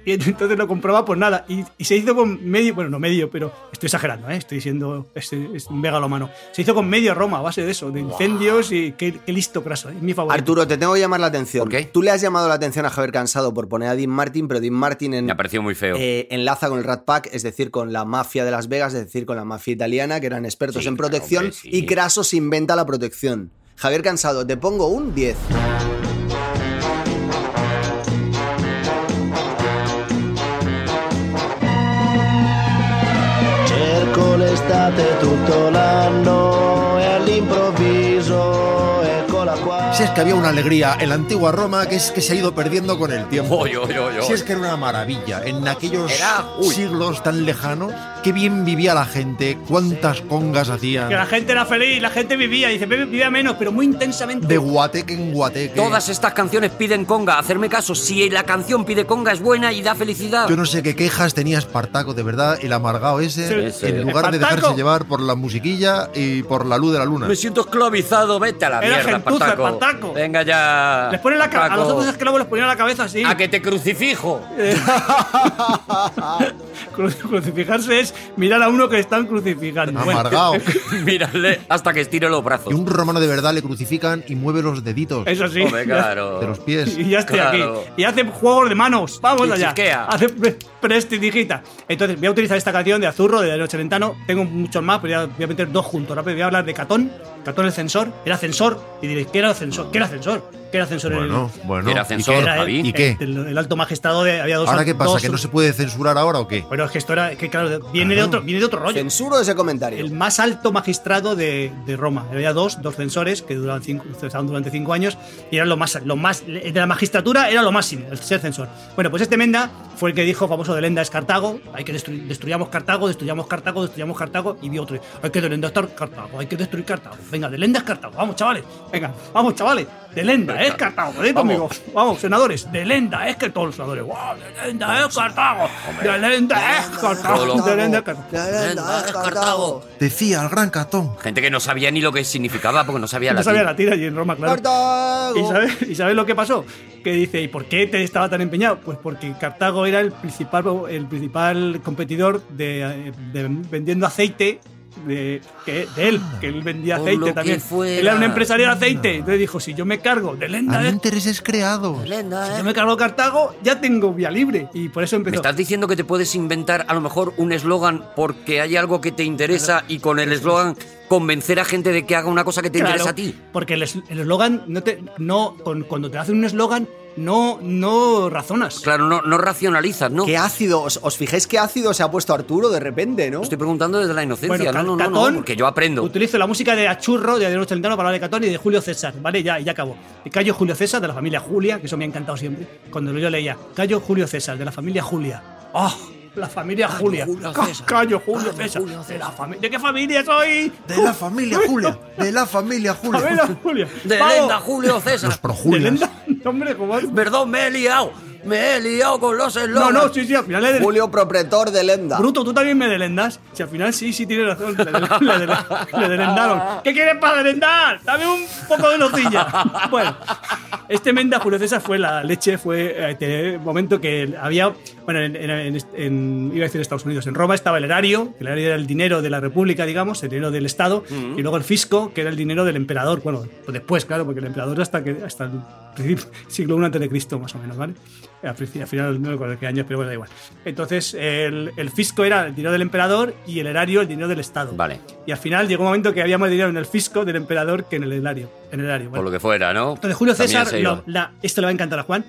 Speaker 3: Y entonces lo compraba por nada. Y, y se hizo con medio, bueno, no medio, pero estoy exagerando, ¿eh? estoy siendo es, es un megalomano. Se hizo con medio Roma a base de eso, de incendios y qué, qué listo craso, ¿eh? mi favorito.
Speaker 4: Arturo, te tengo que llamar la atención.
Speaker 1: ¿Por qué?
Speaker 4: Tú le has llamado la atención a Javier Cansado por poner a Dean Martin, pero Dean Martin en,
Speaker 1: Me ha parecido muy feo.
Speaker 4: eh, enlaza con el Rat Pack, es decir, con la mafia de Las Vegas, es decir, con la mafia italiana, que eran expertos
Speaker 1: Sí,
Speaker 4: en
Speaker 1: claro,
Speaker 4: protección,
Speaker 1: hombre, sí.
Speaker 4: y Craso se inventa la protección. Javier Cansado, te pongo un 10.
Speaker 13: Cerco l'estate tutto l'anno e all'improvviso eccola qua.
Speaker 2: Si es que había una alegría en la antigua Roma que es que se ha ido perdiendo con el tiempo.
Speaker 1: Oy, oy, oy, oy.
Speaker 2: Si es que era una maravilla. En aquellos
Speaker 1: Era- uy.
Speaker 2: siglos tan lejanos, qué bien vivía la gente, cuántas congas
Speaker 3: Que la
Speaker 2: hacían.
Speaker 3: gente era feliz, la gente vivía, dice, "Vive- vivía menos, pero muy intensamente.
Speaker 2: De guateque en guateque.
Speaker 1: Todas estas canciones piden conga. Hacerme caso, si la canción pide conga es buena y da felicidad.
Speaker 2: Yo no sé qué quejas tenía Espartaco, de verdad, el amargado
Speaker 3: Sí,
Speaker 2: ese,
Speaker 1: ese.
Speaker 2: en lugar de
Speaker 3: Espartaco.
Speaker 2: dejarse llevar por la musiquilla y por la luz de la luna.
Speaker 1: Me siento esclavizado, vete a la
Speaker 3: Era
Speaker 1: mierda,
Speaker 3: gentuza,
Speaker 1: Espartaco.
Speaker 3: Espartaco.
Speaker 1: Venga ya.
Speaker 3: Les ponen la ca- a los
Speaker 1: Paco.
Speaker 3: otros Eh. esclavos les ponían la cabeza así.
Speaker 1: A que te crucifijo.
Speaker 3: Cru- Crucificarse es mirar a uno que están crucificando. Bueno,
Speaker 2: Amargado.
Speaker 1: Mírale hasta que estire los brazos.
Speaker 2: Y un romano de verdad le crucifican y mueve los deditos
Speaker 3: eso sí.
Speaker 1: Hombre, claro.
Speaker 2: de los pies.
Speaker 3: Y ya estoy
Speaker 1: Claro.
Speaker 3: aquí. Y hace juegos de manos. Vamos
Speaker 1: Y
Speaker 3: allá.
Speaker 1: chisquea.
Speaker 3: Hace pre- prestidigita. Entonces, voy a utilizar esta canción de Azurro, de Daniel Celentano. Tengo muchos más, pero ya voy a meter dos juntos. Rápido, voy a hablar de Catón. Catón el censor. Era censor. Y diréis, ¿qué era el censor? ¿Qué era censor? ¿Qué era censor?
Speaker 2: Bueno, bueno.
Speaker 1: Era
Speaker 2: ¿y qué?
Speaker 1: ascensor,
Speaker 3: Era el-
Speaker 1: Javi.
Speaker 2: ¿Y qué?
Speaker 3: El, el alto magistrado de. Había dos.
Speaker 2: ¿Ahora qué pasa?
Speaker 3: dos-
Speaker 2: ¿Que no se puede censurar ahora o qué?
Speaker 3: Bueno, Pero es que esto era, que claro, viene de otro, viene de otro rollo.
Speaker 4: Censuro ese comentario.
Speaker 3: El más alto magistrado de, de Roma. Había dos, dos censores que duraban cinco, cesaron durante cinco años y eran lo más, lo más, de la magistratura era lo máximo, el ser censor. Bueno, pues este Menda fue el que dijo, famoso de Lenda es Cartago, hay que destruir, destruyamos Cartago, destruyamos Cartago, destruyamos Cartago y vi otro, hay que delendar Cartago, hay que destruir Cartago. Venga, de Lenda es Cartago, vamos chavales, venga, vamos chavales, de Lenda es Cartago, ven conmigo, vamos, senadores, de Lenda es que todos los senadores, wow, de Lenda es Cartago, de Lenda es Cartago, de Lenda es Cartago.
Speaker 4: De Lenda es Cartago.
Speaker 2: Decía el gran catón.
Speaker 1: Gente que no sabía ni lo que significaba porque no sabía
Speaker 3: No
Speaker 1: la
Speaker 3: sabía latín allí en Roma, claro.
Speaker 4: Cartago.
Speaker 3: ¿Y sabes, y sabes lo que pasó? Que dice, ¿y por qué te estaba tan empeñado? Pues porque Cartago era el principal, el principal competidor de, de- vendiendo aceite de, que- de él, que él vendía
Speaker 1: Por
Speaker 3: aceite
Speaker 1: lo que
Speaker 3: también.
Speaker 1: fuera.
Speaker 3: Él era un empresario de aceite. Entonces dijo, si yo me cargo de Lenda, de-
Speaker 2: intereses creados.
Speaker 3: si yo me cargo Cartago, ya tengo vía libre. Y por eso
Speaker 1: ¿Me
Speaker 3: empezó.
Speaker 1: estás diciendo que te puedes inventar a lo mejor un eslogan porque hay algo que te interesa y con el eslogan convencer a gente de que haga una cosa que te
Speaker 3: Claro,
Speaker 1: interesa a ti?
Speaker 3: Porque el es- el eslogan, no te, no, con- cuando te hacen un eslogan, no, no razonas.
Speaker 1: Claro, no, no racionalizas, ¿no?
Speaker 4: Qué ácido, os, os fijáis qué ácido se ha puesto Arturo de repente, ¿no?
Speaker 1: Estoy preguntando desde la
Speaker 3: Bueno,
Speaker 1: inocencia. no, no, no, no,
Speaker 3: Catón-
Speaker 1: porque yo aprendo.
Speaker 3: Utilizo la música de Achurro, de Adriano Celentano, para hablar de Catón y de Julio César, ¿vale? Ya, ya acabó. De Cayo Julio César, de la familia Julia, que eso me ha encantado siempre. Cuando yo leía Cayo Julio César, de la familia Julia. ¡Ah! la familia Julia.
Speaker 1: Julio
Speaker 3: Ca-
Speaker 1: César.
Speaker 3: Cayo Julio
Speaker 1: Cayo
Speaker 3: César.
Speaker 1: Julio
Speaker 3: de, la fami- ¿De qué familia soy?
Speaker 2: De la familia Julia. De la familia
Speaker 3: Familia
Speaker 2: Julia.
Speaker 3: Julia.
Speaker 1: De
Speaker 3: Vamos.
Speaker 1: lenda, Julio César.
Speaker 3: De
Speaker 2: Projulias.
Speaker 3: lenda. Hombre, ¿cómo es?
Speaker 1: Perdón, me he liado. Me he liado con los
Speaker 3: No,
Speaker 1: eslogans.
Speaker 3: no, sí, sí, al final es de-
Speaker 4: Julio Propretor de Lenda.
Speaker 3: Bruto, tú también me delendas. Si al final sí, sí tienes razón. Le, del- le del- le delendaron. ¿Qué quieres para delendar? Dame un poco de nocilla. Bueno, este Menda Julio César fue la leche, fue este momento que había. Bueno, en, en- en- en- iba a decir Estados Unidos. En Roma estaba el erario, que el erario era el dinero de la República, digamos, el dinero del Estado. Y luego el fisco, que era el dinero del emperador. Bueno, pues después, claro, porque el emperador hasta, que, hasta el principio- siglo I antes de Cristo, más o menos, ¿vale? Al principio- al final no recuerdo qué años, pero bueno, da igual. Entonces, el, el fisco era el dinero del emperador y el erario el dinero del Estado.
Speaker 1: Vale,
Speaker 3: Y al final llegó un momento que había más dinero en el fisco del emperador que en el erario. En el erario
Speaker 1: por
Speaker 3: bueno.
Speaker 1: lo que fuera, ¿no?
Speaker 3: Entonces, Julio
Speaker 1: También
Speaker 3: César,
Speaker 1: se iba.
Speaker 3: lo- la- esto le va a encantar a Juan.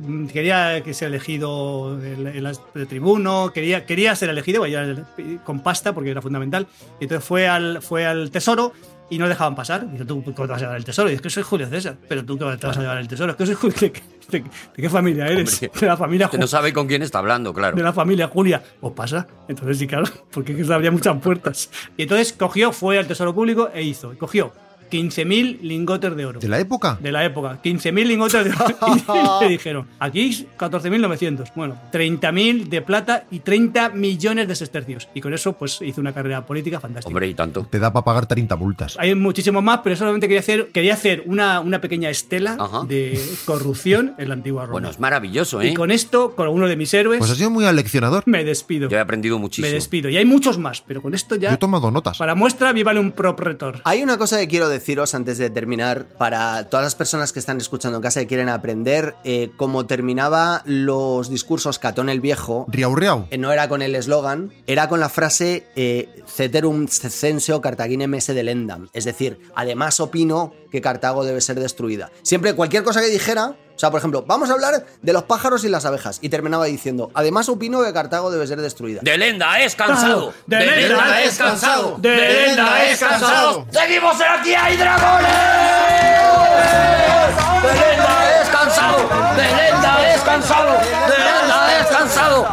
Speaker 3: Mm, Quería que sea elegido el, el- el tribuno, quería, quería ser elegido vaya, el- con pasta porque era fundamental. Y entonces fue al, fue al tesoro y no le dejaban pasar. Dice, ¿tú cómo te vas a llevar el tesoro? Y dice, que soy Julio César. Pero tú cómo te vas a llevar el tesoro. Es que soy Julio. ¿De, qué- de qué- de qué familia eres?
Speaker 1: Hombre,
Speaker 3: de la familia
Speaker 1: Que
Speaker 3: Ju-
Speaker 1: no sabe con quién está hablando, claro.
Speaker 3: de la familia Julia. ¿Os pasa? Entonces, sí, claro, porque es que se abrían muchas puertas. Y entonces cogió, fue al Tesoro Público e hizo. Cogió 15.000 lingotes de oro
Speaker 2: ¿De la época?
Speaker 3: de la época. 15.000 lingotes de oro. y le dijeron, aquí 14.900. Bueno, 30.000 de plata y 30 millones de sestercios. Y con eso, pues hizo una carrera política fantástica.
Speaker 1: Hombre, y tanto.
Speaker 2: Te da para pagar 30 multas.
Speaker 3: Hay muchísimos más, pero solamente quería hacer, quería hacer una, una pequeña estela
Speaker 1: Ajá.
Speaker 3: de corrupción en la antigua Roma.
Speaker 1: Bueno, es maravilloso,
Speaker 3: Y
Speaker 1: ¿eh?
Speaker 3: con esto, con uno de mis héroes,
Speaker 2: Pues ha sido muy aleccionador.
Speaker 3: me despido.
Speaker 1: Yo he aprendido
Speaker 3: Me
Speaker 1: muchísimo.
Speaker 3: despido. Y hay muchos más, pero con esto
Speaker 2: Yo he
Speaker 3: ya.
Speaker 2: tomado notas.
Speaker 3: Para muestra, vívale un propretor.
Speaker 4: Hay una cosa que quiero deciros antes de terminar para todas las personas que están escuchando en casa y quieren aprender eh, cómo terminaba los discursos Catón el Viejo.
Speaker 2: Riau, riau.
Speaker 4: eh, No era con el eslogan, era con la frase eh, Ceterum censeo Cartagine mese delendam. Es decir, además opino que Cartago debe ser destruida. Siempre cualquier cosa que dijera, o sea, por ejemplo, vamos a hablar de los pájaros y las abejas. Y terminaba diciendo, además opino que Cartago debe ser destruida.
Speaker 1: De lenda es cansado.
Speaker 3: De lenda es
Speaker 1: cansado.
Speaker 3: De lenda es
Speaker 1: cansado. Seguimos en aquí hay dragones. De lenda es cansado. De lenda es cansado. De lenda es cansado.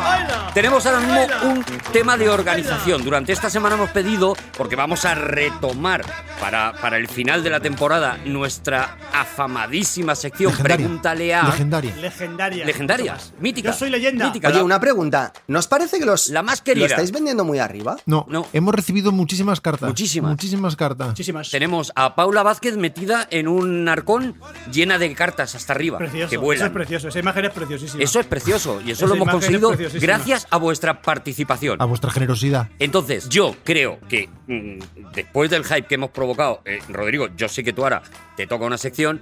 Speaker 1: Tenemos ahora mismo un tema de organización. Durante esta semana hemos pedido, porque vamos a retomar para, para el final de la temporada nuestra afamadísima sección
Speaker 2: Legendaria.
Speaker 1: Pregúntale a...
Speaker 2: Legendaria.
Speaker 3: Legendaria.
Speaker 1: Legendaria,
Speaker 3: Mucho más.
Speaker 1: mítica.
Speaker 3: Yo soy leyenda.
Speaker 1: mítica.
Speaker 4: Oye,
Speaker 1: La-
Speaker 4: una pregunta. ¿Nos parece que los
Speaker 1: La más querida.
Speaker 4: lo estáis vendiendo muy arriba?
Speaker 2: No,
Speaker 1: No.
Speaker 2: hemos recibido muchísimas cartas.
Speaker 1: Muchísimas.
Speaker 2: Muchísimas cartas.
Speaker 3: Muchísimas.
Speaker 1: Tenemos a Paula Vázquez metida en un arcón llena de cartas hasta arriba. que
Speaker 3: Precioso. Eso
Speaker 1: vuelan.
Speaker 3: es precioso. Esa imagen es preciosísima.
Speaker 1: Eso es precioso y eso
Speaker 3: Esa
Speaker 1: lo hemos
Speaker 3: imagen es
Speaker 1: conseguido
Speaker 3: preciosísima.
Speaker 1: gracias a vuestra participación.
Speaker 2: A vuestra generosidad.
Speaker 1: Entonces, yo creo que mm, después del hype que hemos provocado, eh, Rodrigo, yo sé que tú ahora te toca una sección,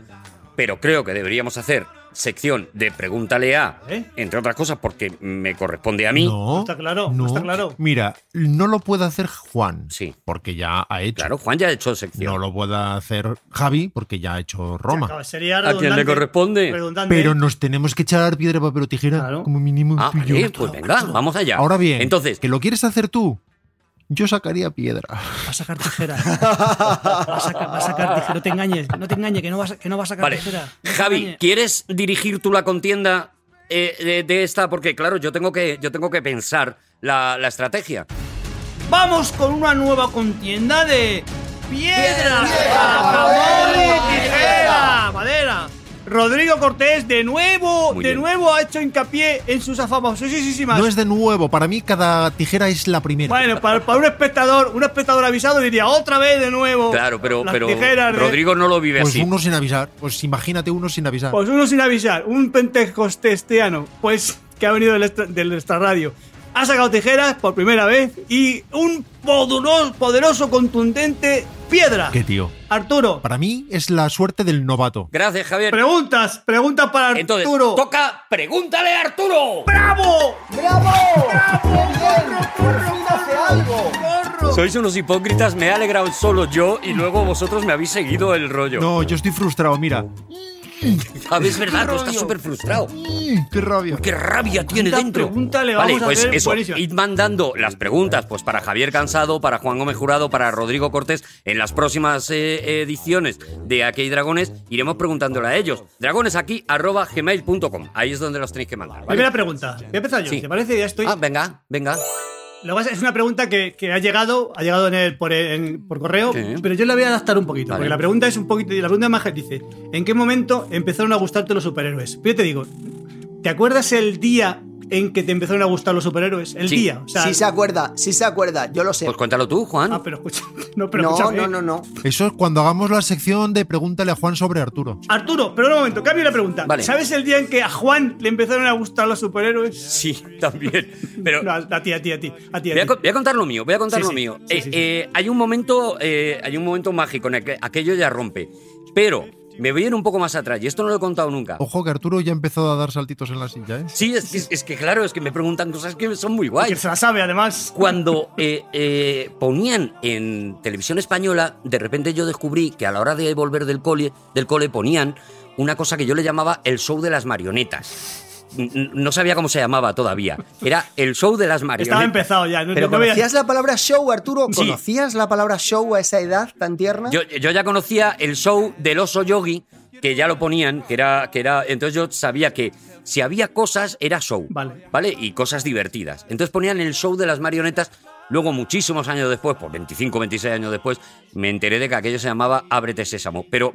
Speaker 1: pero creo que deberíamos hacer sección de Pregúntale a, entre otras cosas porque me corresponde a mí.
Speaker 2: ¿Eh? No,
Speaker 3: está claro,
Speaker 2: no.
Speaker 3: está claro.
Speaker 2: Mira, no lo puede hacer Juan, porque ya ha hecho. Claro,
Speaker 1: Juan ya ha hecho sección.
Speaker 2: No lo puede hacer Javi, porque ya ha hecho Roma.
Speaker 3: Claro, sería
Speaker 2: ¿A quién le
Speaker 3: redundante,
Speaker 1: corresponde?
Speaker 3: redundante.
Speaker 2: Pero nos tenemos que echar piedra, papel o tijera, como mínimo.
Speaker 1: Ah,
Speaker 2: tú y yo.
Speaker 1: eh, pues venga, vamos allá.
Speaker 2: Ahora bien,
Speaker 1: Entonces,
Speaker 2: que lo quieres hacer tú, yo sacaría piedra.
Speaker 3: Va a sacar tijera. ¿eh? Va a sacar, va a sacar tijera. No te engañes, no te engañes, que no va a, que no va a sacar
Speaker 1: Vale.
Speaker 3: tijera.
Speaker 1: Javi, ¿quieres dirigir tú la contienda eh, de, de esta? Porque claro, yo tengo que, yo tengo que pensar la, la estrategia.
Speaker 3: Vamos con una nueva contienda de piedra, papel y tijera. Madera. Rodrigo Cortés de nuevo,
Speaker 2: Muy
Speaker 3: de
Speaker 2: bien.
Speaker 3: nuevo ha hecho hincapié en sus afamosísimas.
Speaker 2: No es de nuevo, para mí cada tijera es la primera.
Speaker 3: Bueno, para, para un espectador, un espectador avisado diría otra vez de nuevo.
Speaker 1: Claro, pero,
Speaker 3: las
Speaker 1: pero
Speaker 3: tijeras de-
Speaker 1: Rodrigo no lo vive
Speaker 2: pues
Speaker 1: así.
Speaker 2: uno sin avisar, pues imagínate uno sin avisar.
Speaker 3: Pues uno sin avisar, un pentecostestiano, pues que ha venido del extra, del extrarradio. Ha sacado tijeras por primera vez y un poderoso, poderoso contundente piedra.
Speaker 2: ¿Qué tío?
Speaker 3: Arturo.
Speaker 2: Para mí es la suerte del novato.
Speaker 1: Gracias, Javier.
Speaker 3: Preguntas, preguntas para Arturo.
Speaker 1: Entonces, toca Pregúntale a Arturo.
Speaker 3: ¡Bravo!
Speaker 4: ¡Bravo! ¡Bravo! hace algo!
Speaker 1: Sois unos hipócritas, me he alegrado solo yo y luego vosotros me habéis seguido el rollo.
Speaker 2: No, yo estoy frustrado, mira.
Speaker 1: Javi, es verdad, tú estás súper frustrado.
Speaker 2: ¡Qué rabia!
Speaker 1: ¡Qué rabia tiene dentro!
Speaker 3: Pregúntale,
Speaker 1: Vale,
Speaker 3: vamos
Speaker 1: pues
Speaker 3: a hacer
Speaker 1: eso,
Speaker 3: buenísima.
Speaker 1: id mandando las preguntas pues para Javier Cansado, para Juan Gómez Jurado, para Rodrigo Cortés. En las próximas eh, ediciones de Aquí hay Dragones iremos preguntándole a ellos. Dragonesaki arroba gmail.com. Ahí es donde los tenéis que mandar. ¿vale?
Speaker 3: Primera pregunta. Voy a empezar yo.
Speaker 1: Sí.
Speaker 3: ¿Te parece? Ya estoy.
Speaker 1: Ah, venga, venga.
Speaker 3: Lo que pasa es una pregunta que, que ha llegado, ha llegado en el, por, en- por correo,
Speaker 1: Sí.
Speaker 3: pero yo la voy a adaptar un poquito,
Speaker 1: Vale.
Speaker 3: porque la pregunta es un poquito, y la pregunta más que dice, ¿en qué momento empezaron a gustarte los superhéroes? Pero yo te digo, ¿te acuerdas el día en que te empezaron a gustar los superhéroes? El
Speaker 1: Sí.
Speaker 3: día, o sea,
Speaker 4: Sí se acuerda, sí se acuerda, yo lo sé.
Speaker 1: Pues cuéntalo tú, Juan.
Speaker 3: Ah, pero escucha, eh, no, pero
Speaker 4: No,
Speaker 3: escúchame.
Speaker 4: no, no, no.
Speaker 2: Eso es cuando hagamos la sección de pregúntale a Juan sobre Arturo.
Speaker 3: Arturo, pero un momento, cambio la pregunta.
Speaker 2: Vale.
Speaker 3: ¿Sabes el día en que a Juan le empezaron a gustar los superhéroes?
Speaker 1: Sí, también. Pero
Speaker 3: No, a a ti, a ti, a ti, a ti. a
Speaker 1: Voy a,
Speaker 3: ti.
Speaker 1: co- voy a contar lo mío, voy a contar
Speaker 3: Sí,
Speaker 1: lo
Speaker 3: sí.
Speaker 1: mío.
Speaker 3: Sí,
Speaker 1: Eh,
Speaker 3: sí, sí.
Speaker 1: eh, hay un momento, eh, hay un momento mágico en el que aquello ya rompe. Pero me voy a ir un poco más atrás y esto no lo he contado nunca.
Speaker 2: Ojo que Arturo ya ha empezado a dar saltitos en la silla, ¿eh?
Speaker 1: Sí, es, es- es que claro, es que me preguntan cosas que son muy
Speaker 3: Y
Speaker 1: guay.
Speaker 3: que se la sabe, además.
Speaker 1: Cuando eh, eh, ponían en televisión española, de repente yo descubrí que a la hora de volver del cole, del cole ponían una cosa que yo le llamaba el show de las marionetas. N- n- No sabía cómo se llamaba todavía. Era el show de las marionetas.
Speaker 3: Estaba empezado ya. No,
Speaker 1: Pero
Speaker 3: no veas-
Speaker 4: ¿Conocías la palabra show, Arturo?
Speaker 1: Sí.
Speaker 4: ¿Conocías la palabra show a esa edad tan tierna?
Speaker 1: Yo, yo ya conocía el show del oso yogi, que ya lo ponían, que era, que era. Entonces yo sabía que si había cosas, era show.
Speaker 3: Vale.
Speaker 1: Y cosas divertidas. Entonces ponían el show de las marionetas. Luego, muchísimos años después, por 25, 26 años después, me enteré de que aquello se llamaba Ábrete Sésamo. Pero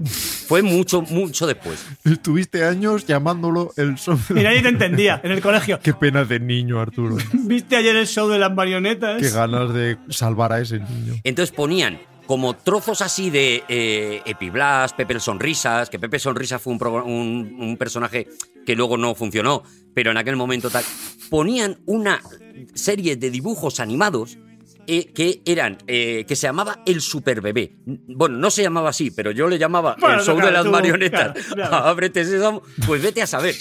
Speaker 1: fue mucho, mucho después.
Speaker 2: Estuviste años llamándolo el show.
Speaker 3: Y nadie te entendía en el colegio.
Speaker 2: Qué pena de niño, Arturo.
Speaker 3: ¿Viste ayer el show de las marionetas?
Speaker 2: Qué ganas de salvar a ese niño.
Speaker 1: Entonces ponían como trozos así de eh, Epiblas, Pepe el Sonrisas, que Pepe Sonrisas fue un, pro- un- un personaje que luego no funcionó, pero en aquel momento tal. Ponían una serie de dibujos animados eh, que eran eh, que se llamaba El Super Bebé. Bueno, no se llamaba así, pero yo le llamaba
Speaker 11: Bueno,
Speaker 1: El Show
Speaker 11: claro,
Speaker 1: de las
Speaker 11: tú,
Speaker 1: Marionetas.
Speaker 11: claro, claro.
Speaker 1: Ábrete, sésamo. Pues vete a saber.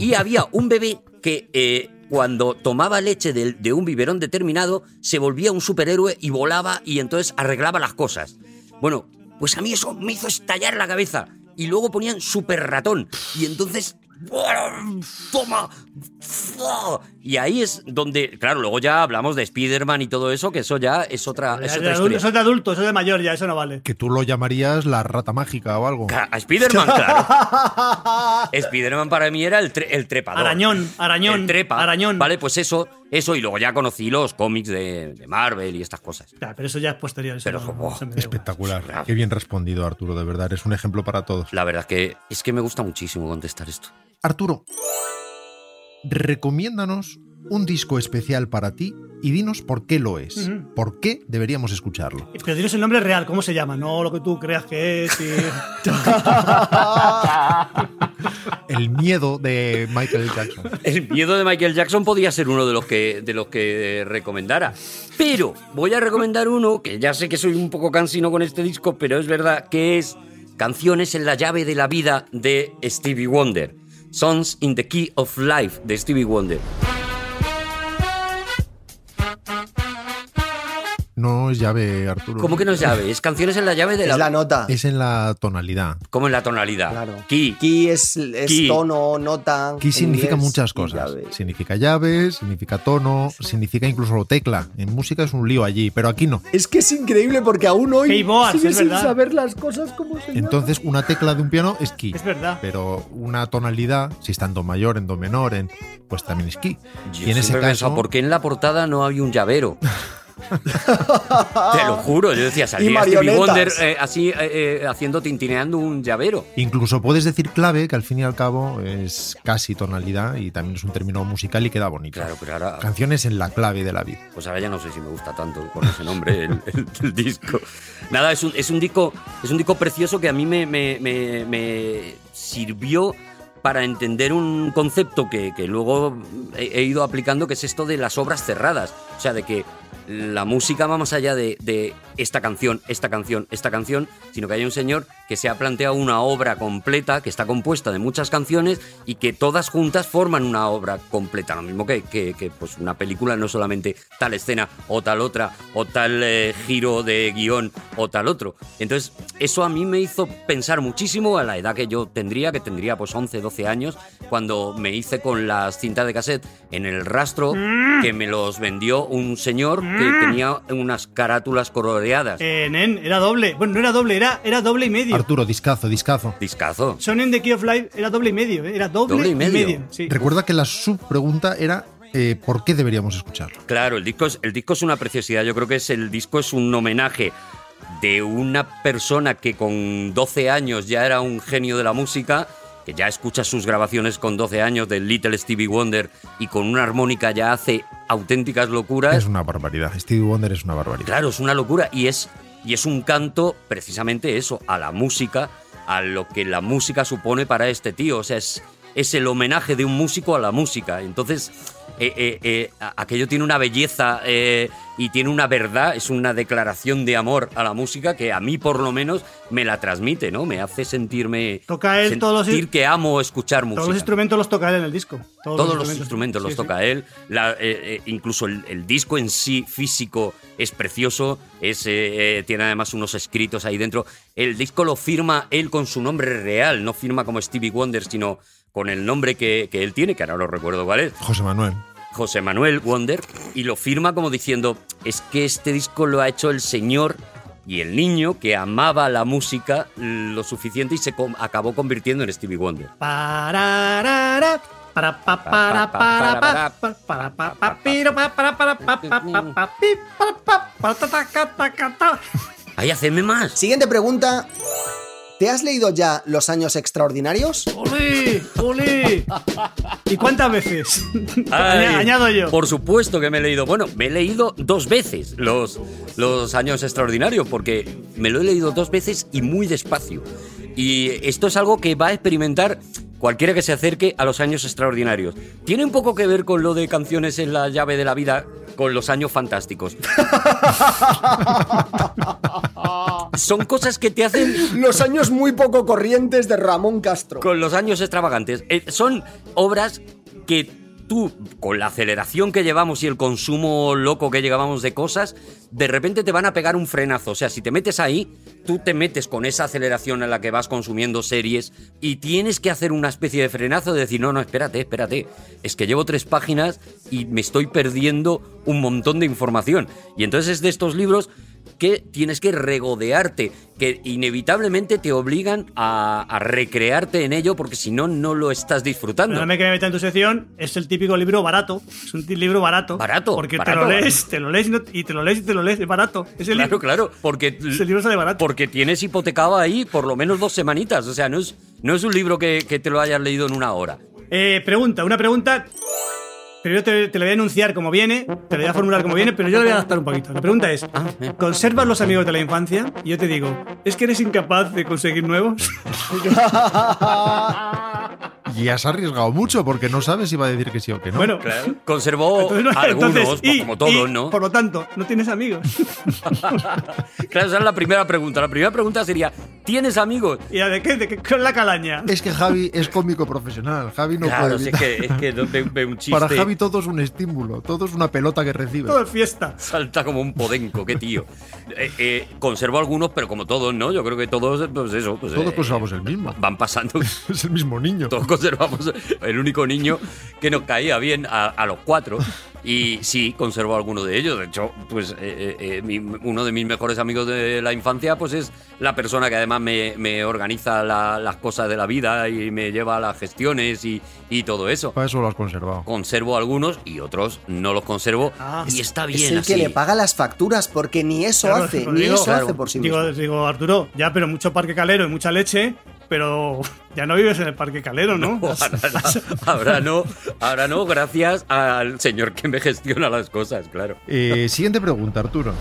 Speaker 1: Y había un bebé que eh, cuando tomaba leche del- de, un biberón determinado se volvía un superhéroe y volaba y entonces arreglaba las cosas. Bueno, pues a mí eso me hizo estallar la cabeza. Y luego ponían super ratón. Y entonces... ¡buah! ¡Toma! ¡fua! Y ahí es donde, claro, luego ya hablamos de Spider-Man y todo eso, que eso ya es otra, es
Speaker 3: Eso
Speaker 1: otra
Speaker 3: de adulto,
Speaker 1: historia.
Speaker 3: eso es de adulto, eso es de mayor ya, eso no vale.
Speaker 2: Que tú lo llamarías la rata mágica o algo.
Speaker 1: A Ah, Spider-Man, claro. Spider-Man para mí era el, tre- el trepador.
Speaker 3: Arañón, arañón,
Speaker 1: El Eh, trepa. Vale, pues eso, eso, y luego ya conocí los cómics de, de Marvel y estas cosas.
Speaker 3: Claro, pero eso ya es posterior. Eso no- eso me da igual.
Speaker 2: Espectacular. Qué bien respondido, Arturo, de verdad. Es un ejemplo para todos.
Speaker 1: La verdad es que es que me gusta muchísimo contestar esto.
Speaker 2: Arturo, recomiéndanos un disco especial para ti y dinos por qué lo es.
Speaker 3: Ujú.
Speaker 2: ¿Por qué deberíamos escucharlo?
Speaker 3: Pero dinos el nombre real, ¿cómo se llama? No lo que tú creas que es. y-
Speaker 2: El miedo de Michael Jackson.
Speaker 1: El miedo de Michael Jackson podía ser uno de los que, de los que eh, recomendara. Pero voy a recomendar uno que ya sé que soy un poco cansino con este disco, pero es verdad que es Canciones en la llave de la vida de Stevie Wonder. Songs in the Key of Life de Stevie Wonder.
Speaker 2: No es llave, Arturo.
Speaker 1: ¿Cómo que no es llave? Es canciones en la llave de
Speaker 4: Es
Speaker 1: la,
Speaker 4: la nota.
Speaker 2: Es en la tonalidad.
Speaker 1: ¿Cómo en la tonalidad?
Speaker 4: Claro.
Speaker 1: Key.
Speaker 4: Key es, es
Speaker 1: Key.
Speaker 4: tono, nota.
Speaker 2: Key
Speaker 4: en
Speaker 2: significa
Speaker 4: inglés,
Speaker 2: muchas
Speaker 4: y
Speaker 2: cosas.
Speaker 4: llave.
Speaker 2: Significa llave, significa tono, significa incluso tecla. En música es un lío allí, pero aquí no.
Speaker 4: Es que es increíble porque aún hoy
Speaker 3: Key boards,
Speaker 4: sigue
Speaker 3: es
Speaker 4: sin
Speaker 3: verdad.
Speaker 4: saber las cosas como se llaman.
Speaker 2: Entonces, una tecla de un piano es key.
Speaker 3: Es verdad.
Speaker 2: Pero una tonalidad, si está en do mayor, en do menor, en, pues también es key.
Speaker 1: Yo
Speaker 2: Y en ese
Speaker 1: siempre he pensado,
Speaker 2: caso,
Speaker 1: ¿por qué en la portada no había un llavero? Te lo juro, yo decía, salía Stevie
Speaker 4: marionetas.
Speaker 1: Wonder eh, así eh, eh, haciendo tintineando un llavero.
Speaker 2: incluso puedes decir clave, que al fin y al cabo es casi tonalidad y también es un término musical y queda bonito.
Speaker 1: Claro, pero ahora,
Speaker 2: Canciones en la clave de la vida.
Speaker 1: pues ahora ya no sé si me gusta tanto con ese nombre el, el- el disco. Nada, es un, es un disco es un disco precioso que a mí me, me- me- me sirvió para entender un concepto que, que luego he, he ido aplicando, que es esto de las obras cerradas. O sea, de que la música va más allá de, de esta canción, esta canción, esta canción, sino que hay un señor que se ha planteado una obra completa que está compuesta de muchas canciones y que todas juntas forman una obra completa. Lo mismo que, que- que, pues una película no es solamente tal escena o tal otra o tal eh, giro de guión o tal otro. Entonces eso a mí me hizo pensar muchísimo a la edad que yo tendría, que tendría pues 11, 12 años, cuando me hice con las cintas de cassette en el rastro que me los vendió un señor que tenía unas carátulas coloreadas.
Speaker 3: Eh, nen, era doble. Bueno, no era doble, era, era doble y medio.
Speaker 2: Arturo, discazo, discazo.
Speaker 1: Discazo.
Speaker 3: Son en The Key of Life era doble y medio, ¿eh? era doble,
Speaker 1: Doble y
Speaker 3: y
Speaker 1: medio.
Speaker 3: medio. sí.
Speaker 2: Recuerda que la subpregunta era eh, ¿por qué deberíamos escucharlo?
Speaker 1: Claro, el disco, es, el disco es una preciosidad. Yo creo que es el disco es un homenaje de una persona que con 12 años ya era un genio de la música, que ya escucha sus grabaciones con 12 años de Little Stevie Wonder y con una armónica ya hace auténticas locuras.
Speaker 2: Es una barbaridad. Stevie Wonder es una barbaridad.
Speaker 1: Claro, es una locura y es, y es un canto precisamente eso, a la música, a lo que la música supone para este tío. O sea, es, es el homenaje de un músico a la música. Entonces, eh, eh, eh, a- aquello tiene una belleza eh, y tiene una verdad, es una declaración de amor a la música que a mí por lo menos me la transmite, ¿no? Me hace sentirme...
Speaker 3: Toca él todos los-
Speaker 1: sentir que amo escuchar música.
Speaker 3: Todos los instrumentos los toca él en el disco. Todos,
Speaker 1: Todos los instrumentos los
Speaker 3: Sí, sí.
Speaker 1: toca él, la- eh, eh, incluso el, el disco en sí físico es precioso, es, eh, eh, tiene además unos escritos ahí dentro. El disco lo firma él con su nombre real, no firma como Stevie Wonder, sino con el nombre que, que él tiene, que ahora no recuerdo cuál es,
Speaker 2: José Manuel.
Speaker 1: José Manuel Wonder, y lo firma como diciendo, es que este disco lo ha hecho el señor y el niño que amaba la música lo suficiente y se com- acabó convirtiendo en Stevie Wonder.
Speaker 3: Pararara, para pa para para pa, para para pa pa piro, pa para para pa pa pa pa pi, para pa para ta ta ca ta ca ta.
Speaker 1: Ahí haceme más.
Speaker 4: Siguiente pregunta. ¿Te has leído ya Los Años Extraordinarios?
Speaker 3: ¡Ole! ¡Ole! ¿Y cuántas veces?
Speaker 1: Ay,
Speaker 3: Aña- Añado yo.
Speaker 1: Por supuesto que me he leído. Bueno, me he leído dos veces los, los años extraordinarios, porque me lo he leído dos veces y muy despacio. Y esto es algo que va a experimentar cualquiera que se acerque a los años extraordinarios. Tiene un poco que ver con lo de canciones en la llave de la vida, con los años fantásticos. Son cosas que te hacen
Speaker 4: Los años muy poco corrientes de Ramón Castro.
Speaker 1: con los años extravagantes. Eh, son obras que tú, con la aceleración que llevamos y el consumo loco que llevábamos de cosas, de repente te van a pegar un frenazo. O sea, si te metes ahí, tú te metes con esa aceleración en la que vas consumiendo series y tienes que hacer una especie de frenazo de decir, no, no, espérate, espérate. Es que llevo tres páginas y me estoy perdiendo un montón de información. Y entonces es de estos libros que tienes que regodearte, que inevitablemente te obligan a, a recrearte en ello porque si no, no lo estás disfrutando.
Speaker 3: Perdóname que me meta en tu sección, es el típico libro barato. Es un ti- libro barato.
Speaker 1: Barato,
Speaker 3: Porque
Speaker 1: barato,
Speaker 3: te lo
Speaker 1: barato.
Speaker 3: lees, te lo lees y, no- y te lo lees y te lo lees. Es barato. Es el
Speaker 1: Claro,
Speaker 3: libro.
Speaker 1: claro, porque,
Speaker 3: Ese libro sale barato.
Speaker 1: porque tienes hipotecado ahí por lo menos dos semanitas, o sea, no es, no es un libro que, que te lo hayas leído en una hora.
Speaker 3: Eh, pregunta, una pregunta. Primero te, te la voy a enunciar como viene, te la voy a formular como viene, pero yo la voy a adaptar un poquito. La pregunta es: ¿conservas los amigos de la infancia? Y yo te digo, ¿es que eres incapaz de conseguir nuevos?
Speaker 2: Y has arriesgado mucho porque no sabes si va a decir que sí o que no.
Speaker 3: Bueno,
Speaker 1: Conservó
Speaker 3: entonces no-
Speaker 1: algunos, pues,
Speaker 3: entonces, y-
Speaker 1: como todos,
Speaker 3: y,
Speaker 1: ¿no?
Speaker 3: Por lo tanto, no tienes amigos.
Speaker 1: Claro, esa es la primera pregunta. La primera pregunta sería, tienes amigos.
Speaker 3: ¿Y a de qué? ¿De qué? Con la calaña.
Speaker 2: Es que Javi es cómico profesional. Javi no
Speaker 1: claro,
Speaker 2: puede
Speaker 1: si es
Speaker 2: evitar.
Speaker 1: que, es que no ve, ve un chiste.
Speaker 2: Para Javi todo es un estímulo, todo es una pelota que recibe.
Speaker 3: fiesta.
Speaker 1: Salta como un podenco, qué tío. Eh, eh, conservo algunos, pero como todos, ¿no? Yo creo que todos, pues eso. Pues,
Speaker 2: Todos
Speaker 1: eh,
Speaker 2: conservamos el mismo.
Speaker 1: Van pasando.
Speaker 2: Es el mismo niño.
Speaker 1: Todos conservamos el único niño que nos caía bien a, a los cuatro. Y sí, conservo alguno de ellos. De hecho, pues eh, eh, eh, mi- uno de mis mejores amigos de la infancia pues es la persona que además me, me organiza la- las cosas de la vida y me lleva a las gestiones y, y todo eso.
Speaker 2: Para eso lo has conservado.
Speaker 1: Conservo algunos y otros no los conservo.
Speaker 4: Ah,
Speaker 1: y está bien
Speaker 4: Es el
Speaker 1: así.
Speaker 4: que le paga las facturas porque ni eso
Speaker 3: Claro,
Speaker 4: hace,
Speaker 3: lo
Speaker 4: ni
Speaker 3: digo.
Speaker 4: eso
Speaker 3: Claro.
Speaker 4: hace por sí mismo.
Speaker 3: digo, digo, Arturo, ya, pero mucho parque calero y mucha leche, pero ya no vives en el parque calero, ¿no?
Speaker 1: Ahora no, ahora no, gracias al señor que me gestiona las cosas, claro.
Speaker 2: Eh, siguiente pregunta, Arturo.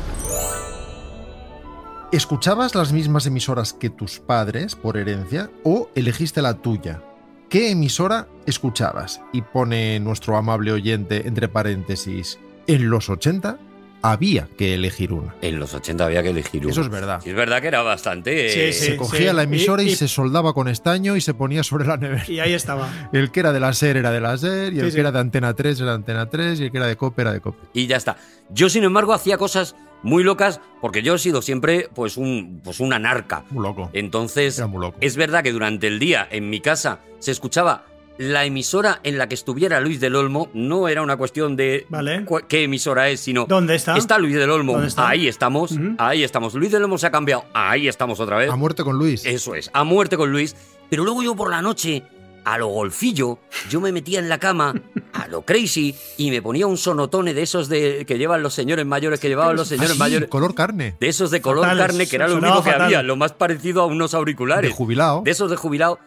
Speaker 2: ¿Escuchabas las mismas emisoras que tus padres por herencia o elegiste la tuya? ¿Qué emisora escuchabas? Y pone nuestro amable oyente entre paréntesis, en los 80 había que elegir una.
Speaker 1: En los 80 había que elegir uno.
Speaker 2: Eso es verdad.
Speaker 1: Sí, es verdad que era bastante. eh,
Speaker 2: se cogía la emisora y,
Speaker 3: y-
Speaker 2: se soldaba con estaño y se ponía sobre la nevera.
Speaker 3: Y ahí estaba.
Speaker 2: El que era de la SER era de la SER, y el
Speaker 3: Sí,
Speaker 2: que
Speaker 3: sí.
Speaker 2: era de Antena 3 era de Antena 3, y el que era de COPE era de COPE.
Speaker 1: Y ya está. Yo, sin embargo, hacía cosas muy locas porque yo he sido siempre pues un, pues un anarca.
Speaker 2: Muy loco.
Speaker 1: Entonces,
Speaker 2: Era muy loco.
Speaker 1: es verdad que durante el día en mi casa se escuchaba la emisora en la que estuviera Luis del Olmo. No era una cuestión de
Speaker 3: Vale.
Speaker 1: cu- qué emisora es, sino
Speaker 3: ¿Dónde está?
Speaker 1: Luis del Olmo.
Speaker 3: ¿Dónde está?
Speaker 1: Ahí estamos, ahí estamos. Luis del Olmo se ha cambiado. Ahí estamos otra vez.
Speaker 2: A muerte con Luis.
Speaker 1: Eso es, a muerte con Luis. Pero luego yo por la noche, a lo golfillo, yo me metía en la cama, a lo crazy, y me ponía un sonotone de esos de, que llevan los señores mayores, que llevaban los señores
Speaker 2: Ah, sí,
Speaker 1: mayores.
Speaker 2: color carne.
Speaker 1: De esos de color
Speaker 2: Fatales,
Speaker 1: carne, que era lo
Speaker 2: sonaba
Speaker 1: único que
Speaker 2: fatal.
Speaker 1: había, lo más parecido a unos auriculares.
Speaker 2: De jubilado.
Speaker 1: De esos de jubilado.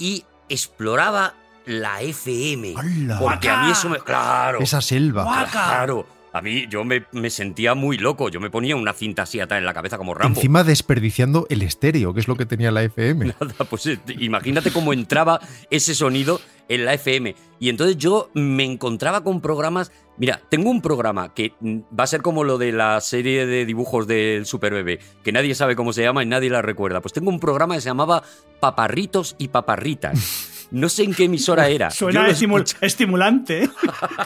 Speaker 1: Y exploraba la FM.
Speaker 2: ¡Hala!
Speaker 1: Porque a mí eso me. Claro.
Speaker 2: Esa selva.
Speaker 1: Claro. A mí yo me, me sentía muy loco. Yo me ponía una cinta así atada en la cabeza como Rambo.
Speaker 2: Encima desperdiciando el estéreo, que es lo que tenía la FM.
Speaker 1: Nada, pues eh, imagínate cómo entraba ese sonido en la FM. Y entonces yo me encontraba con programas. Mira, tengo un programa que mm, va a ser como lo de la serie de dibujos del Superbebé, que nadie sabe cómo se llama y nadie la recuerda. Pues tengo un programa que se llamaba Paparritos y Paparritas. No sé en qué emisora era. Yo
Speaker 3: Suena
Speaker 1: lo
Speaker 3: estimul- estimulante. ¿eh?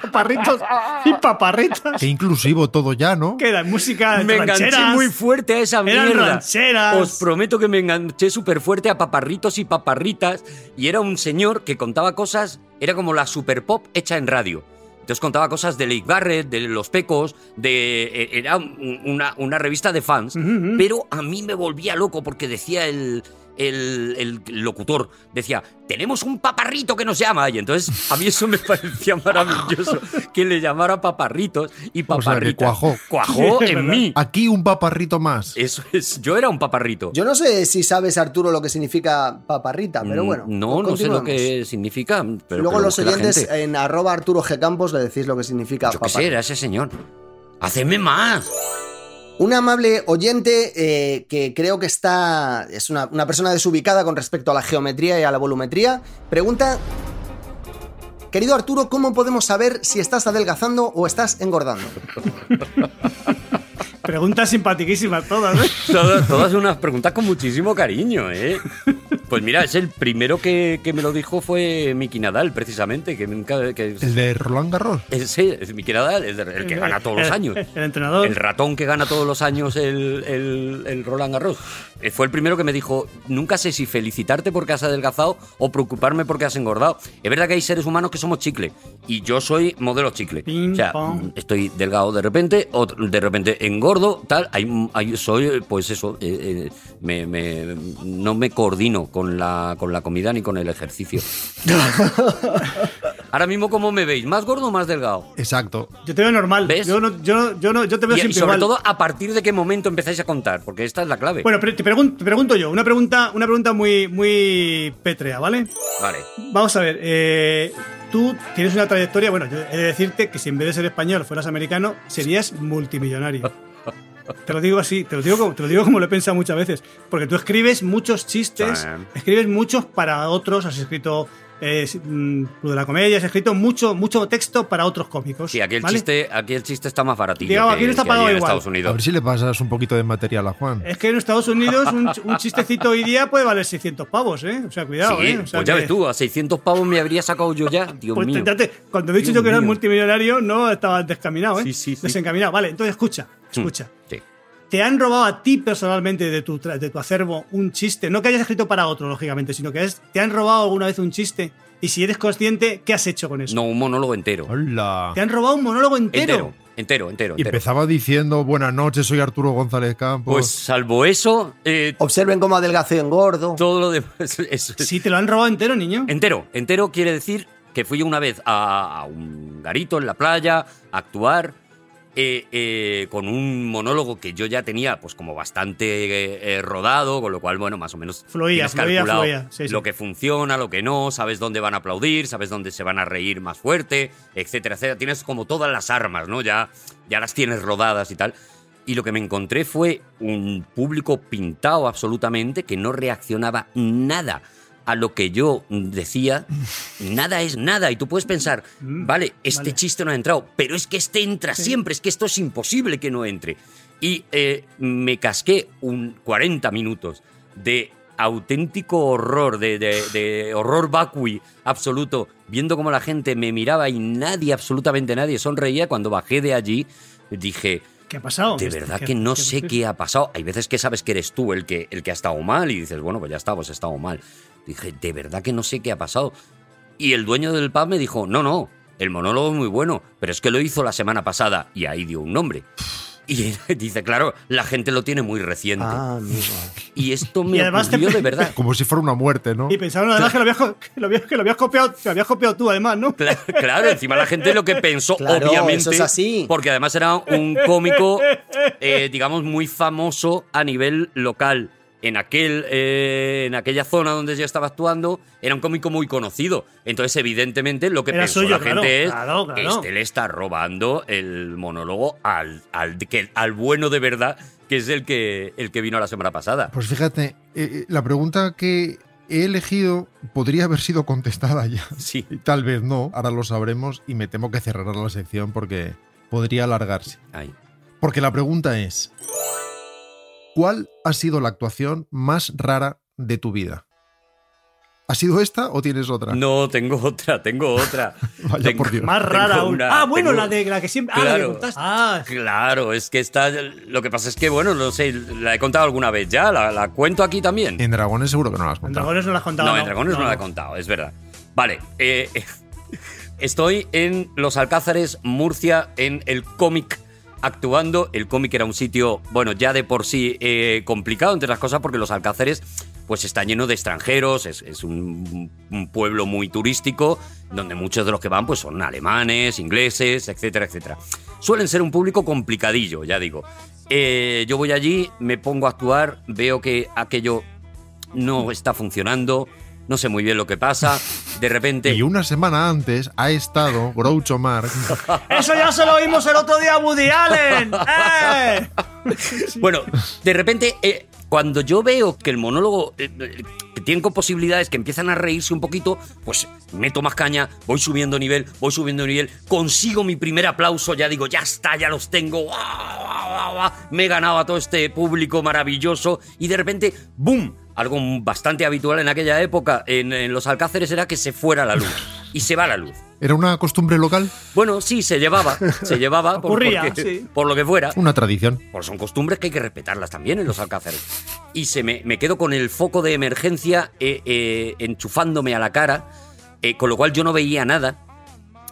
Speaker 3: paparritos y paparritas.
Speaker 2: Qué E inclusivo todo ya, ¿no?
Speaker 3: Queda música
Speaker 1: Me enganché
Speaker 3: rancheras.
Speaker 1: muy fuerte a esa
Speaker 3: Eran
Speaker 1: mierda.
Speaker 3: rancheras.
Speaker 1: Os prometo que me enganché súper fuerte a paparritos y paparritas. Y era un señor que contaba cosas, era como la super pop hecha en radio. Entonces contaba cosas de Lake Barrett, de Los Pecos, de. eh, Era un- una, una revista de fans. Pero a mí me volvía loco porque decía el. El, el locutor decía, tenemos un paparrito que nos llama. Y entonces a mí eso me parecía maravilloso, que le llamara paparritos y
Speaker 2: O sea, que
Speaker 1: paparritas.
Speaker 2: cuajó.
Speaker 1: Cuajó en mí.
Speaker 2: Aquí un paparrito más.
Speaker 1: Eso es, yo era un paparrito.
Speaker 4: Yo no sé si sabes, Arturo, lo que significa paparrita, pero bueno.
Speaker 1: Mm, No, no sé lo
Speaker 4: continuamos.
Speaker 1: que significa. Pero
Speaker 4: Luego
Speaker 1: pero
Speaker 4: los
Speaker 1: que la
Speaker 4: oyentes eh,
Speaker 1: gente-
Speaker 4: en arroba Arturo G. Campos le decís lo que significa
Speaker 1: ¿Qué
Speaker 4: paparrita.
Speaker 1: será ese señor? ¡Hacedme más!
Speaker 4: Un amable oyente eh, que creo que está. es una, una persona desubicada con respecto a la geometría y a la volumetría. Pregunta. Querido Arturo, ¿cómo podemos saber si estás adelgazando o estás engordando?
Speaker 3: Preguntas simpaticísimas todas. ¿eh?
Speaker 1: Todas, todas unas preguntas con muchísimo cariño, ¿eh? Pues mira, es el primero que, que me lo dijo fue Miki Nadal, precisamente. Que, nunca- que-
Speaker 2: El de Roland Garros.
Speaker 1: ese, es Miki Nadal, el, de- el que gana todos los
Speaker 3: El-
Speaker 1: años.
Speaker 3: El, entrenador.
Speaker 1: El ratón que gana todos los años el, el- el Roland Garros. Eh, Fue el primero que me dijo, nunca sé si felicitarte porque has adelgazado o preocuparme porque has engordado. Es verdad que hay seres humanos que somos chicle y yo soy modelo chicle. o sea, mm,
Speaker 3: pong.
Speaker 1: estoy delgado de repente, o de repente engordo, tal. Hay, hay- soy, eh, pues eso, eh, eh, me- me- no me coordino con la, con la comida ni con el ejercicio. Ahora mismo, ¿cómo me veis? ¿Más gordo o más delgado?
Speaker 2: Exacto.
Speaker 3: Yo te veo normal. Yo, no, yo, no- yo, no- yo te veo
Speaker 1: Y- Y,
Speaker 3: siempre
Speaker 1: sobre
Speaker 3: igual.
Speaker 1: todo, ¿a partir de qué momento empezáis a contar? Porque esta es la clave.
Speaker 3: Bueno, pero te, pregun- te pregunto yo, una pregunta, una pregunta muy, muy pétrea, ¿vale?
Speaker 1: vale.
Speaker 3: Vamos a ver, eh, tú tienes una trayectoria, bueno, yo he de decirte que si en vez de ser español fueras americano, serías multimillonario. Te lo digo así, te lo digo, como, te lo digo como lo he pensado muchas veces, porque tú escribes muchos chistes,
Speaker 1: Sí.
Speaker 3: escribes muchos para otros, has escrito eh, mm, Club de la Comedia, se ha escrito mucho, mucho texto para otros cómicos.
Speaker 1: Sí, aquí el,
Speaker 3: pues, ¿vale?
Speaker 1: chiste, aquí el chiste está más baratillo
Speaker 3: Digamos,
Speaker 1: que,
Speaker 3: aquí no está
Speaker 1: que
Speaker 3: pagado
Speaker 1: allí en
Speaker 3: igual.
Speaker 1: Estados
Speaker 2: A
Speaker 1: Unidos.
Speaker 2: ver si le pasas un poquito de material a Juan.
Speaker 3: Es que en Estados Unidos un, ch- un chistecito hoy día puede valer 600 pavos, ¿eh? O sea, cuidado,
Speaker 1: Sí,
Speaker 3: ¿eh? O sea,
Speaker 1: pues ya
Speaker 3: que-
Speaker 1: ves tú, a 600 pavos me habría sacado yo ya. Dios
Speaker 3: Pues
Speaker 1: mío.
Speaker 3: tendrás- cuando he dicho
Speaker 1: Dios
Speaker 3: yo que eras
Speaker 1: mío.
Speaker 3: multimillonario, no estabas descaminado, ¿eh?
Speaker 1: Sí, sí, Mm. sí.
Speaker 3: Desencaminado. Vale, entonces escucha, escucha.
Speaker 1: Sí.
Speaker 3: ¿Te han robado a ti personalmente de tu, tra- de tu acervo un chiste? No que hayas escrito para otro, lógicamente, sino que es, te han robado alguna vez un chiste. Y si eres consciente, ¿qué has hecho con eso?
Speaker 1: No, un monólogo entero.
Speaker 3: Te han robado un monólogo Pues entero.
Speaker 1: Entero, entero, entero.
Speaker 2: Y
Speaker 1: entero.
Speaker 2: empezaba diciendo, buenas noches, soy Arturo González Campos.
Speaker 1: Pues salvo eso. eh,
Speaker 4: Observen cómo adelgacé en gordo.
Speaker 1: Todo lo demás. es-
Speaker 3: Sí, te lo han robado entero, niño.
Speaker 1: Entero, entero quiere decir que fui una vez a, a un garito en la playa a actuar eh, eh, con un monólogo que yo ya tenía pues como bastante eh, eh, rodado, con lo cual, bueno, más o menos
Speaker 3: Fluía,
Speaker 1: tienes
Speaker 3: fluía,
Speaker 1: calculado
Speaker 3: fluía. Sí, sí.
Speaker 1: lo que funciona, lo que no, sabes dónde van a aplaudir, sabes dónde se van a reír más fuerte, etcétera, etcétera. Tienes como todas las armas, ¿no? Ya, ya las tienes rodadas y tal. Y lo que me encontré fue un público pintado absolutamente que no reaccionaba nada a lo que yo decía. Nada es nada. Y tú puedes pensar, vale, este
Speaker 9: vale.
Speaker 1: chiste no ha entrado, pero es que este entra siempre, es que esto es imposible que no entre. Y eh, me casqué un 40 minutos de auténtico horror, de, de- de horror vacui absoluto, viendo cómo la gente me miraba y nadie, absolutamente nadie, sonreía. Cuando bajé de allí, dije,
Speaker 3: ¿Qué ha pasado?
Speaker 1: de
Speaker 3: ¿Qué-
Speaker 1: verdad
Speaker 3: qué-
Speaker 1: que no
Speaker 3: qué-
Speaker 1: sé qué ha pasado. Hay veces que sabes que eres tú el que, el que ha estado mal y dices, bueno, pues ya está, pues he estado mal. Dije, de verdad que no sé qué ha pasado. Y el dueño del pub me dijo, no, no, el monólogo es muy bueno, pero es que lo hizo la semana pasada y ahí dio un nombre. Y dice, claro, la gente lo tiene muy reciente.
Speaker 3: Ah,
Speaker 4: Ah,
Speaker 1: Y esto me
Speaker 3: Y además te-
Speaker 1: ocurrió de verdad.
Speaker 2: Como si fuera una muerte, ¿no?
Speaker 3: Y pensaron además que lo habías, co- que lo habías- que lo habías copiado, que lo habías copiado tú, además, ¿no?
Speaker 1: Claro, claro, encima la gente lo que pensó,
Speaker 4: Claro,
Speaker 1: obviamente.
Speaker 4: eso es así.
Speaker 1: Porque además era un cómico, eh, digamos, muy famoso a nivel local. En, aquel, eh, en aquella zona donde yo estaba actuando, era un cómico muy conocido. Entonces, evidentemente, lo que
Speaker 3: Era
Speaker 1: pensó
Speaker 3: suyo,
Speaker 1: la
Speaker 3: claro,
Speaker 1: gente es:
Speaker 3: claro, claro.
Speaker 1: Este le está robando el monólogo al, al, que, al bueno de verdad, que es el que, el que vino la semana pasada.
Speaker 2: Pues fíjate, eh, eh, la pregunta que he elegido podría haber sido contestada ya.
Speaker 1: Sí.
Speaker 2: Tal vez no, ahora lo sabremos y me temo que cerrará la sección porque podría alargarse.
Speaker 1: Ay.
Speaker 2: Porque la pregunta es, ¿cuál ha sido la actuación más rara de tu vida? ¿Ha sido esta o tienes otra?
Speaker 1: No, tengo otra, tengo otra.
Speaker 2: Vaya por Dios.
Speaker 3: Más rara
Speaker 1: Tengo
Speaker 3: aún.
Speaker 1: una-
Speaker 3: ah, bueno,
Speaker 1: tengo-
Speaker 3: la de la que siempre. Ah, la que
Speaker 1: Claro.
Speaker 3: contaste. Ah,
Speaker 1: Claro, es que está. Lo que pasa es que, bueno, no sé, la he contado alguna vez ya, la, la cuento aquí también.
Speaker 2: En Dragones seguro que no las has
Speaker 3: en
Speaker 2: contado.
Speaker 3: Dragones no la has contado.
Speaker 1: No, en Dragones no, la he contado, es verdad. Vale, eh, estoy en Los Alcázares, Murcia, en el cómic actuando. El cómic era un sitio, bueno, ya de por sí eh, complicado, entre las cosas, porque Los Alcázares pues está lleno de extranjeros, es, es un, un pueblo muy turístico, donde muchos de los que van pues son alemanes, ingleses, etcétera, etcétera. Suelen ser un público complicadillo, ya digo. Eh, yo voy allí, me pongo a actuar, veo que aquello no está funcionando, no sé muy bien lo que pasa. De repente.
Speaker 2: Y una semana antes ha estado Groucho Marx.
Speaker 3: Eso ya se lo oímos el otro día a Woody Allen. ¡Eh!
Speaker 1: Bueno, de repente, eh, cuando yo veo que el monólogo. eh, eh, que tienen con posibilidades que empiezan a reírse un poquito, pues meto más caña, voy subiendo nivel, voy subiendo nivel, consigo mi primer aplauso, ya digo, ya está, ya los tengo, ¡guau, guau, guau, guau! me he ganado a todo este público maravilloso y de repente, ¡boom! Algo bastante habitual en aquella época en, en los Alcáceres era que se fuera la luz. Y se va la luz.
Speaker 2: ¿Era una costumbre local?
Speaker 1: Bueno, sí, se llevaba, se llevaba por,
Speaker 3: Ocurría,
Speaker 1: porque-
Speaker 3: sí.
Speaker 1: por lo que fuera.
Speaker 2: Una tradición.
Speaker 1: Porque son costumbres que hay que respetarlas también en los alcázares. Y se me, me quedo con el foco de emergencia eh, eh, enchufándome a la cara, eh, con lo cual yo no veía nada.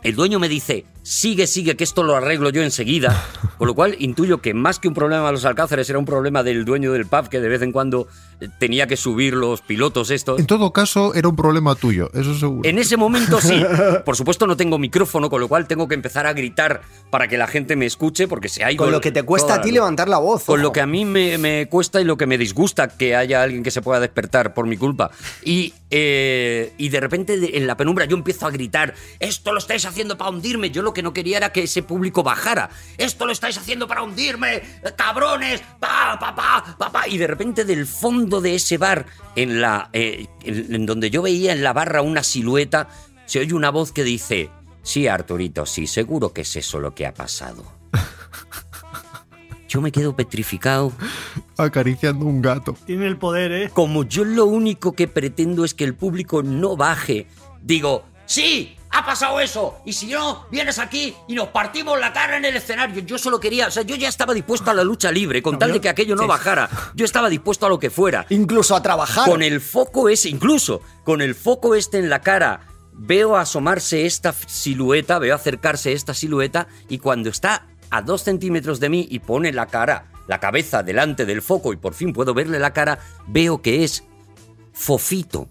Speaker 1: El dueño me dice, sigue, sigue, que esto lo arreglo yo enseguida. Con lo cual intuyo que más que un problema de los alcázares era un problema del dueño del pub que de vez en cuando eh, tenía que subir los pilotos estos.
Speaker 2: En todo caso, era un problema tuyo, eso seguro.
Speaker 1: En ese momento sí. Por supuesto no tengo micrófono, con lo cual tengo que empezar a gritar para que la gente me escuche porque se ha ido...
Speaker 4: Con lo que te cuesta
Speaker 1: toda
Speaker 4: a ti
Speaker 1: la-
Speaker 4: levantar la voz.
Speaker 1: Con
Speaker 4: ojo.
Speaker 1: lo que a mí me, me cuesta y lo que me disgusta que haya alguien que se pueda despertar por mi culpa. Y, eh, y de repente de- en la penumbra yo empiezo a gritar, esto lo estáis haciendo para hundirme. Yo lo lo que no quería era que ese público bajara. Esto lo estáis haciendo para hundirme, eh, cabrones, pa, pa, pa, pa, pa. Y de repente del fondo de ese bar, en, la, eh, en, en donde yo veía en la barra una silueta, se oye una voz que dice, sí, Arturito, sí, seguro que es eso lo que ha pasado. Yo me quedo petrificado.
Speaker 2: Acariciando un gato.
Speaker 3: Tiene el poder, ¿eh?
Speaker 1: Como yo lo único que pretendo es que el público no baje, digo, sí, ha pasado eso. Y si no, vienes aquí y nos partimos la cara en el escenario. Yo solo quería, o sea, yo ya estaba dispuesto a la lucha libre, con
Speaker 4: No,
Speaker 1: tal
Speaker 4: yo-
Speaker 1: de que aquello no
Speaker 4: sí.
Speaker 1: bajara. Yo estaba dispuesto a lo que fuera.
Speaker 4: Incluso a trabajar.
Speaker 1: Con el foco ese, incluso, con el foco este en la cara, veo asomarse esta silueta, veo acercarse esta silueta, y cuando está a dos centímetros de mí y pone la cara, la cabeza delante del foco, y por fin puedo verle la cara, veo que es Fofito.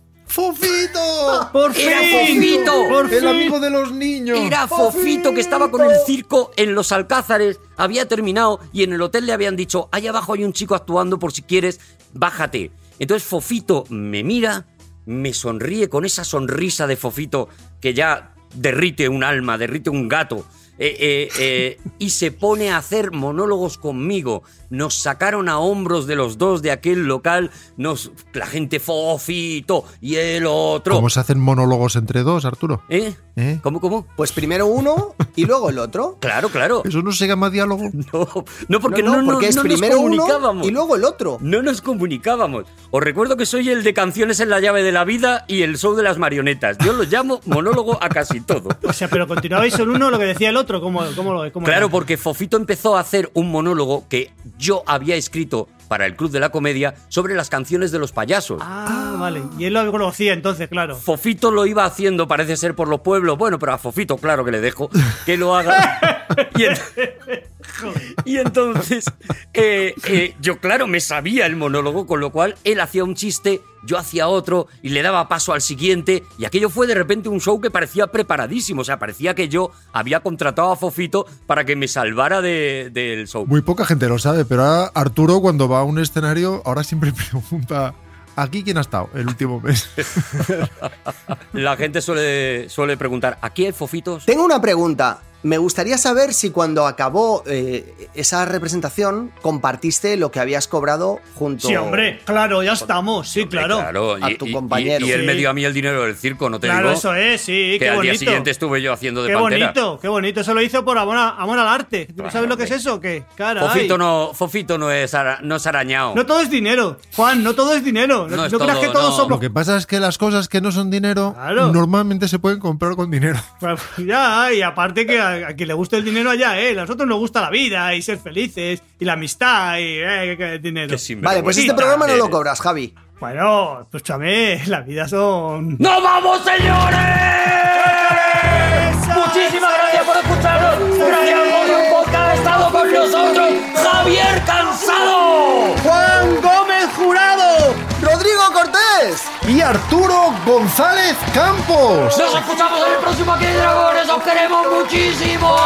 Speaker 2: ¡Fofito!
Speaker 3: ¡Por
Speaker 1: Era fin! Fofito. Por
Speaker 2: el
Speaker 1: fin.
Speaker 2: amigo de los niños.
Speaker 1: Era Fofito que estaba con el circo en los Alcázares, había terminado y en el hotel le habían dicho, ahí abajo hay un chico actuando por si quieres, bájate. Entonces Fofito me mira, me sonríe con esa sonrisa de Fofito que ya derrite un alma, derrite un gato. eh, eh, eh, y se pone a hacer monólogos conmigo. Nos sacaron a hombros de los dos de aquel local. Nos, la gente Fofito y el otro.
Speaker 2: ¿Cómo se hacen monólogos entre dos, Arturo?
Speaker 1: ¿Eh?
Speaker 2: ¿Eh?
Speaker 1: ¿Cómo, cómo?
Speaker 4: Pues primero uno y luego el otro.
Speaker 1: Claro, claro.
Speaker 2: ¿Eso no se llama diálogo?
Speaker 1: No, no porque no,
Speaker 4: No, no,
Speaker 1: no-
Speaker 4: porque es
Speaker 1: no
Speaker 4: primero
Speaker 1: nos
Speaker 4: uno
Speaker 1: comunicábamos.
Speaker 4: y luego el otro.
Speaker 1: No nos comunicábamos. Os recuerdo que soy el de canciones en la llave de la vida y el show de las marionetas. Yo lo llamo monólogo a casi todo.
Speaker 3: O sea, pero continuabais el uno lo que decía el otro. ¿Cómo, cómo lo cómo
Speaker 1: Claro,
Speaker 3: lo-
Speaker 1: porque Fofito empezó a hacer un monólogo que yo había escrito para el Club de la Comedia sobre las canciones de los payasos.
Speaker 3: Ah, vale. Y él lo conocía entonces, claro.
Speaker 1: Fofito lo iba haciendo, parece ser por los pueblos. Bueno, pero a Fofito, claro que le dejo que lo haga. Y, en- y entonces, eh, eh, yo, claro, me sabía el monólogo, con lo cual él hacía un chiste, yo hacía otro y le daba paso al siguiente. Y aquello fue de repente un show que parecía preparadísimo. O sea, parecía que yo había contratado a Fofito para que me salvara de- del show.
Speaker 2: Muy poca gente lo sabe, pero ahora Arturo cuando va a un escenario ahora siempre pregunta ¿Aquí quién ha estado el último mes?
Speaker 1: La gente suele, suele preguntar: ¿aquí hay Fofitos?
Speaker 4: Tengo una pregunta. Me gustaría saber si cuando acabó eh, esa representación compartiste lo que habías cobrado junto
Speaker 3: Sí, hombre, claro, ya estamos. Sí, claro.
Speaker 1: Claro, y,
Speaker 4: a tu
Speaker 1: y- y-
Speaker 4: compañero.
Speaker 1: Y, él me
Speaker 3: Sí.
Speaker 1: dio a mí el dinero del circo, no te
Speaker 3: Claro,
Speaker 1: digo.
Speaker 3: eso es, sí,
Speaker 1: que
Speaker 3: qué
Speaker 1: al
Speaker 3: bonito.
Speaker 1: día siguiente estuve yo haciendo de
Speaker 3: qué
Speaker 1: pantera.
Speaker 3: bonito, qué bonito. Eso lo hizo por amor, a- amor al arte. ¿Tú
Speaker 1: Claro,
Speaker 3: sabes lo que es
Speaker 1: hombre.
Speaker 3: eso? ¿Qué? Cara.
Speaker 1: Fofito no, Fofito no es, ara- no es arañado.
Speaker 3: No todo es dinero, Juan, no todo es dinero. No,
Speaker 1: No es
Speaker 3: no creas
Speaker 1: todo,
Speaker 3: que todos
Speaker 1: no.
Speaker 3: somos.
Speaker 2: Lo que pasa es que las cosas que no son dinero
Speaker 3: Claro.
Speaker 2: normalmente se pueden comprar con dinero.
Speaker 3: Pues, Ya, y aparte que a, a quien le gusta el dinero allá, ¿eh? A nosotros nos gusta la vida y ser felices y la amistad y eh, que el dinero.
Speaker 1: Qué sinvergüenza
Speaker 4: Vale, pues este
Speaker 3: Quita,
Speaker 4: programa no
Speaker 1: eres.
Speaker 4: lo
Speaker 3: Eh,
Speaker 4: cobras, Javi.
Speaker 3: Bueno, escúchame, la vida son.
Speaker 1: ¡No vamos, señores! Muchísimas gracias por escucharnos. Gracias por un podcast. Ha estado con nosotros Javier Cansado.
Speaker 4: Juan Gómez Jurado, Rodrigo Cortés.
Speaker 2: Y Arturo González Campos.
Speaker 1: Nos escuchamos en el próximo Aquí hay Dragones. Os queremos muchísimo.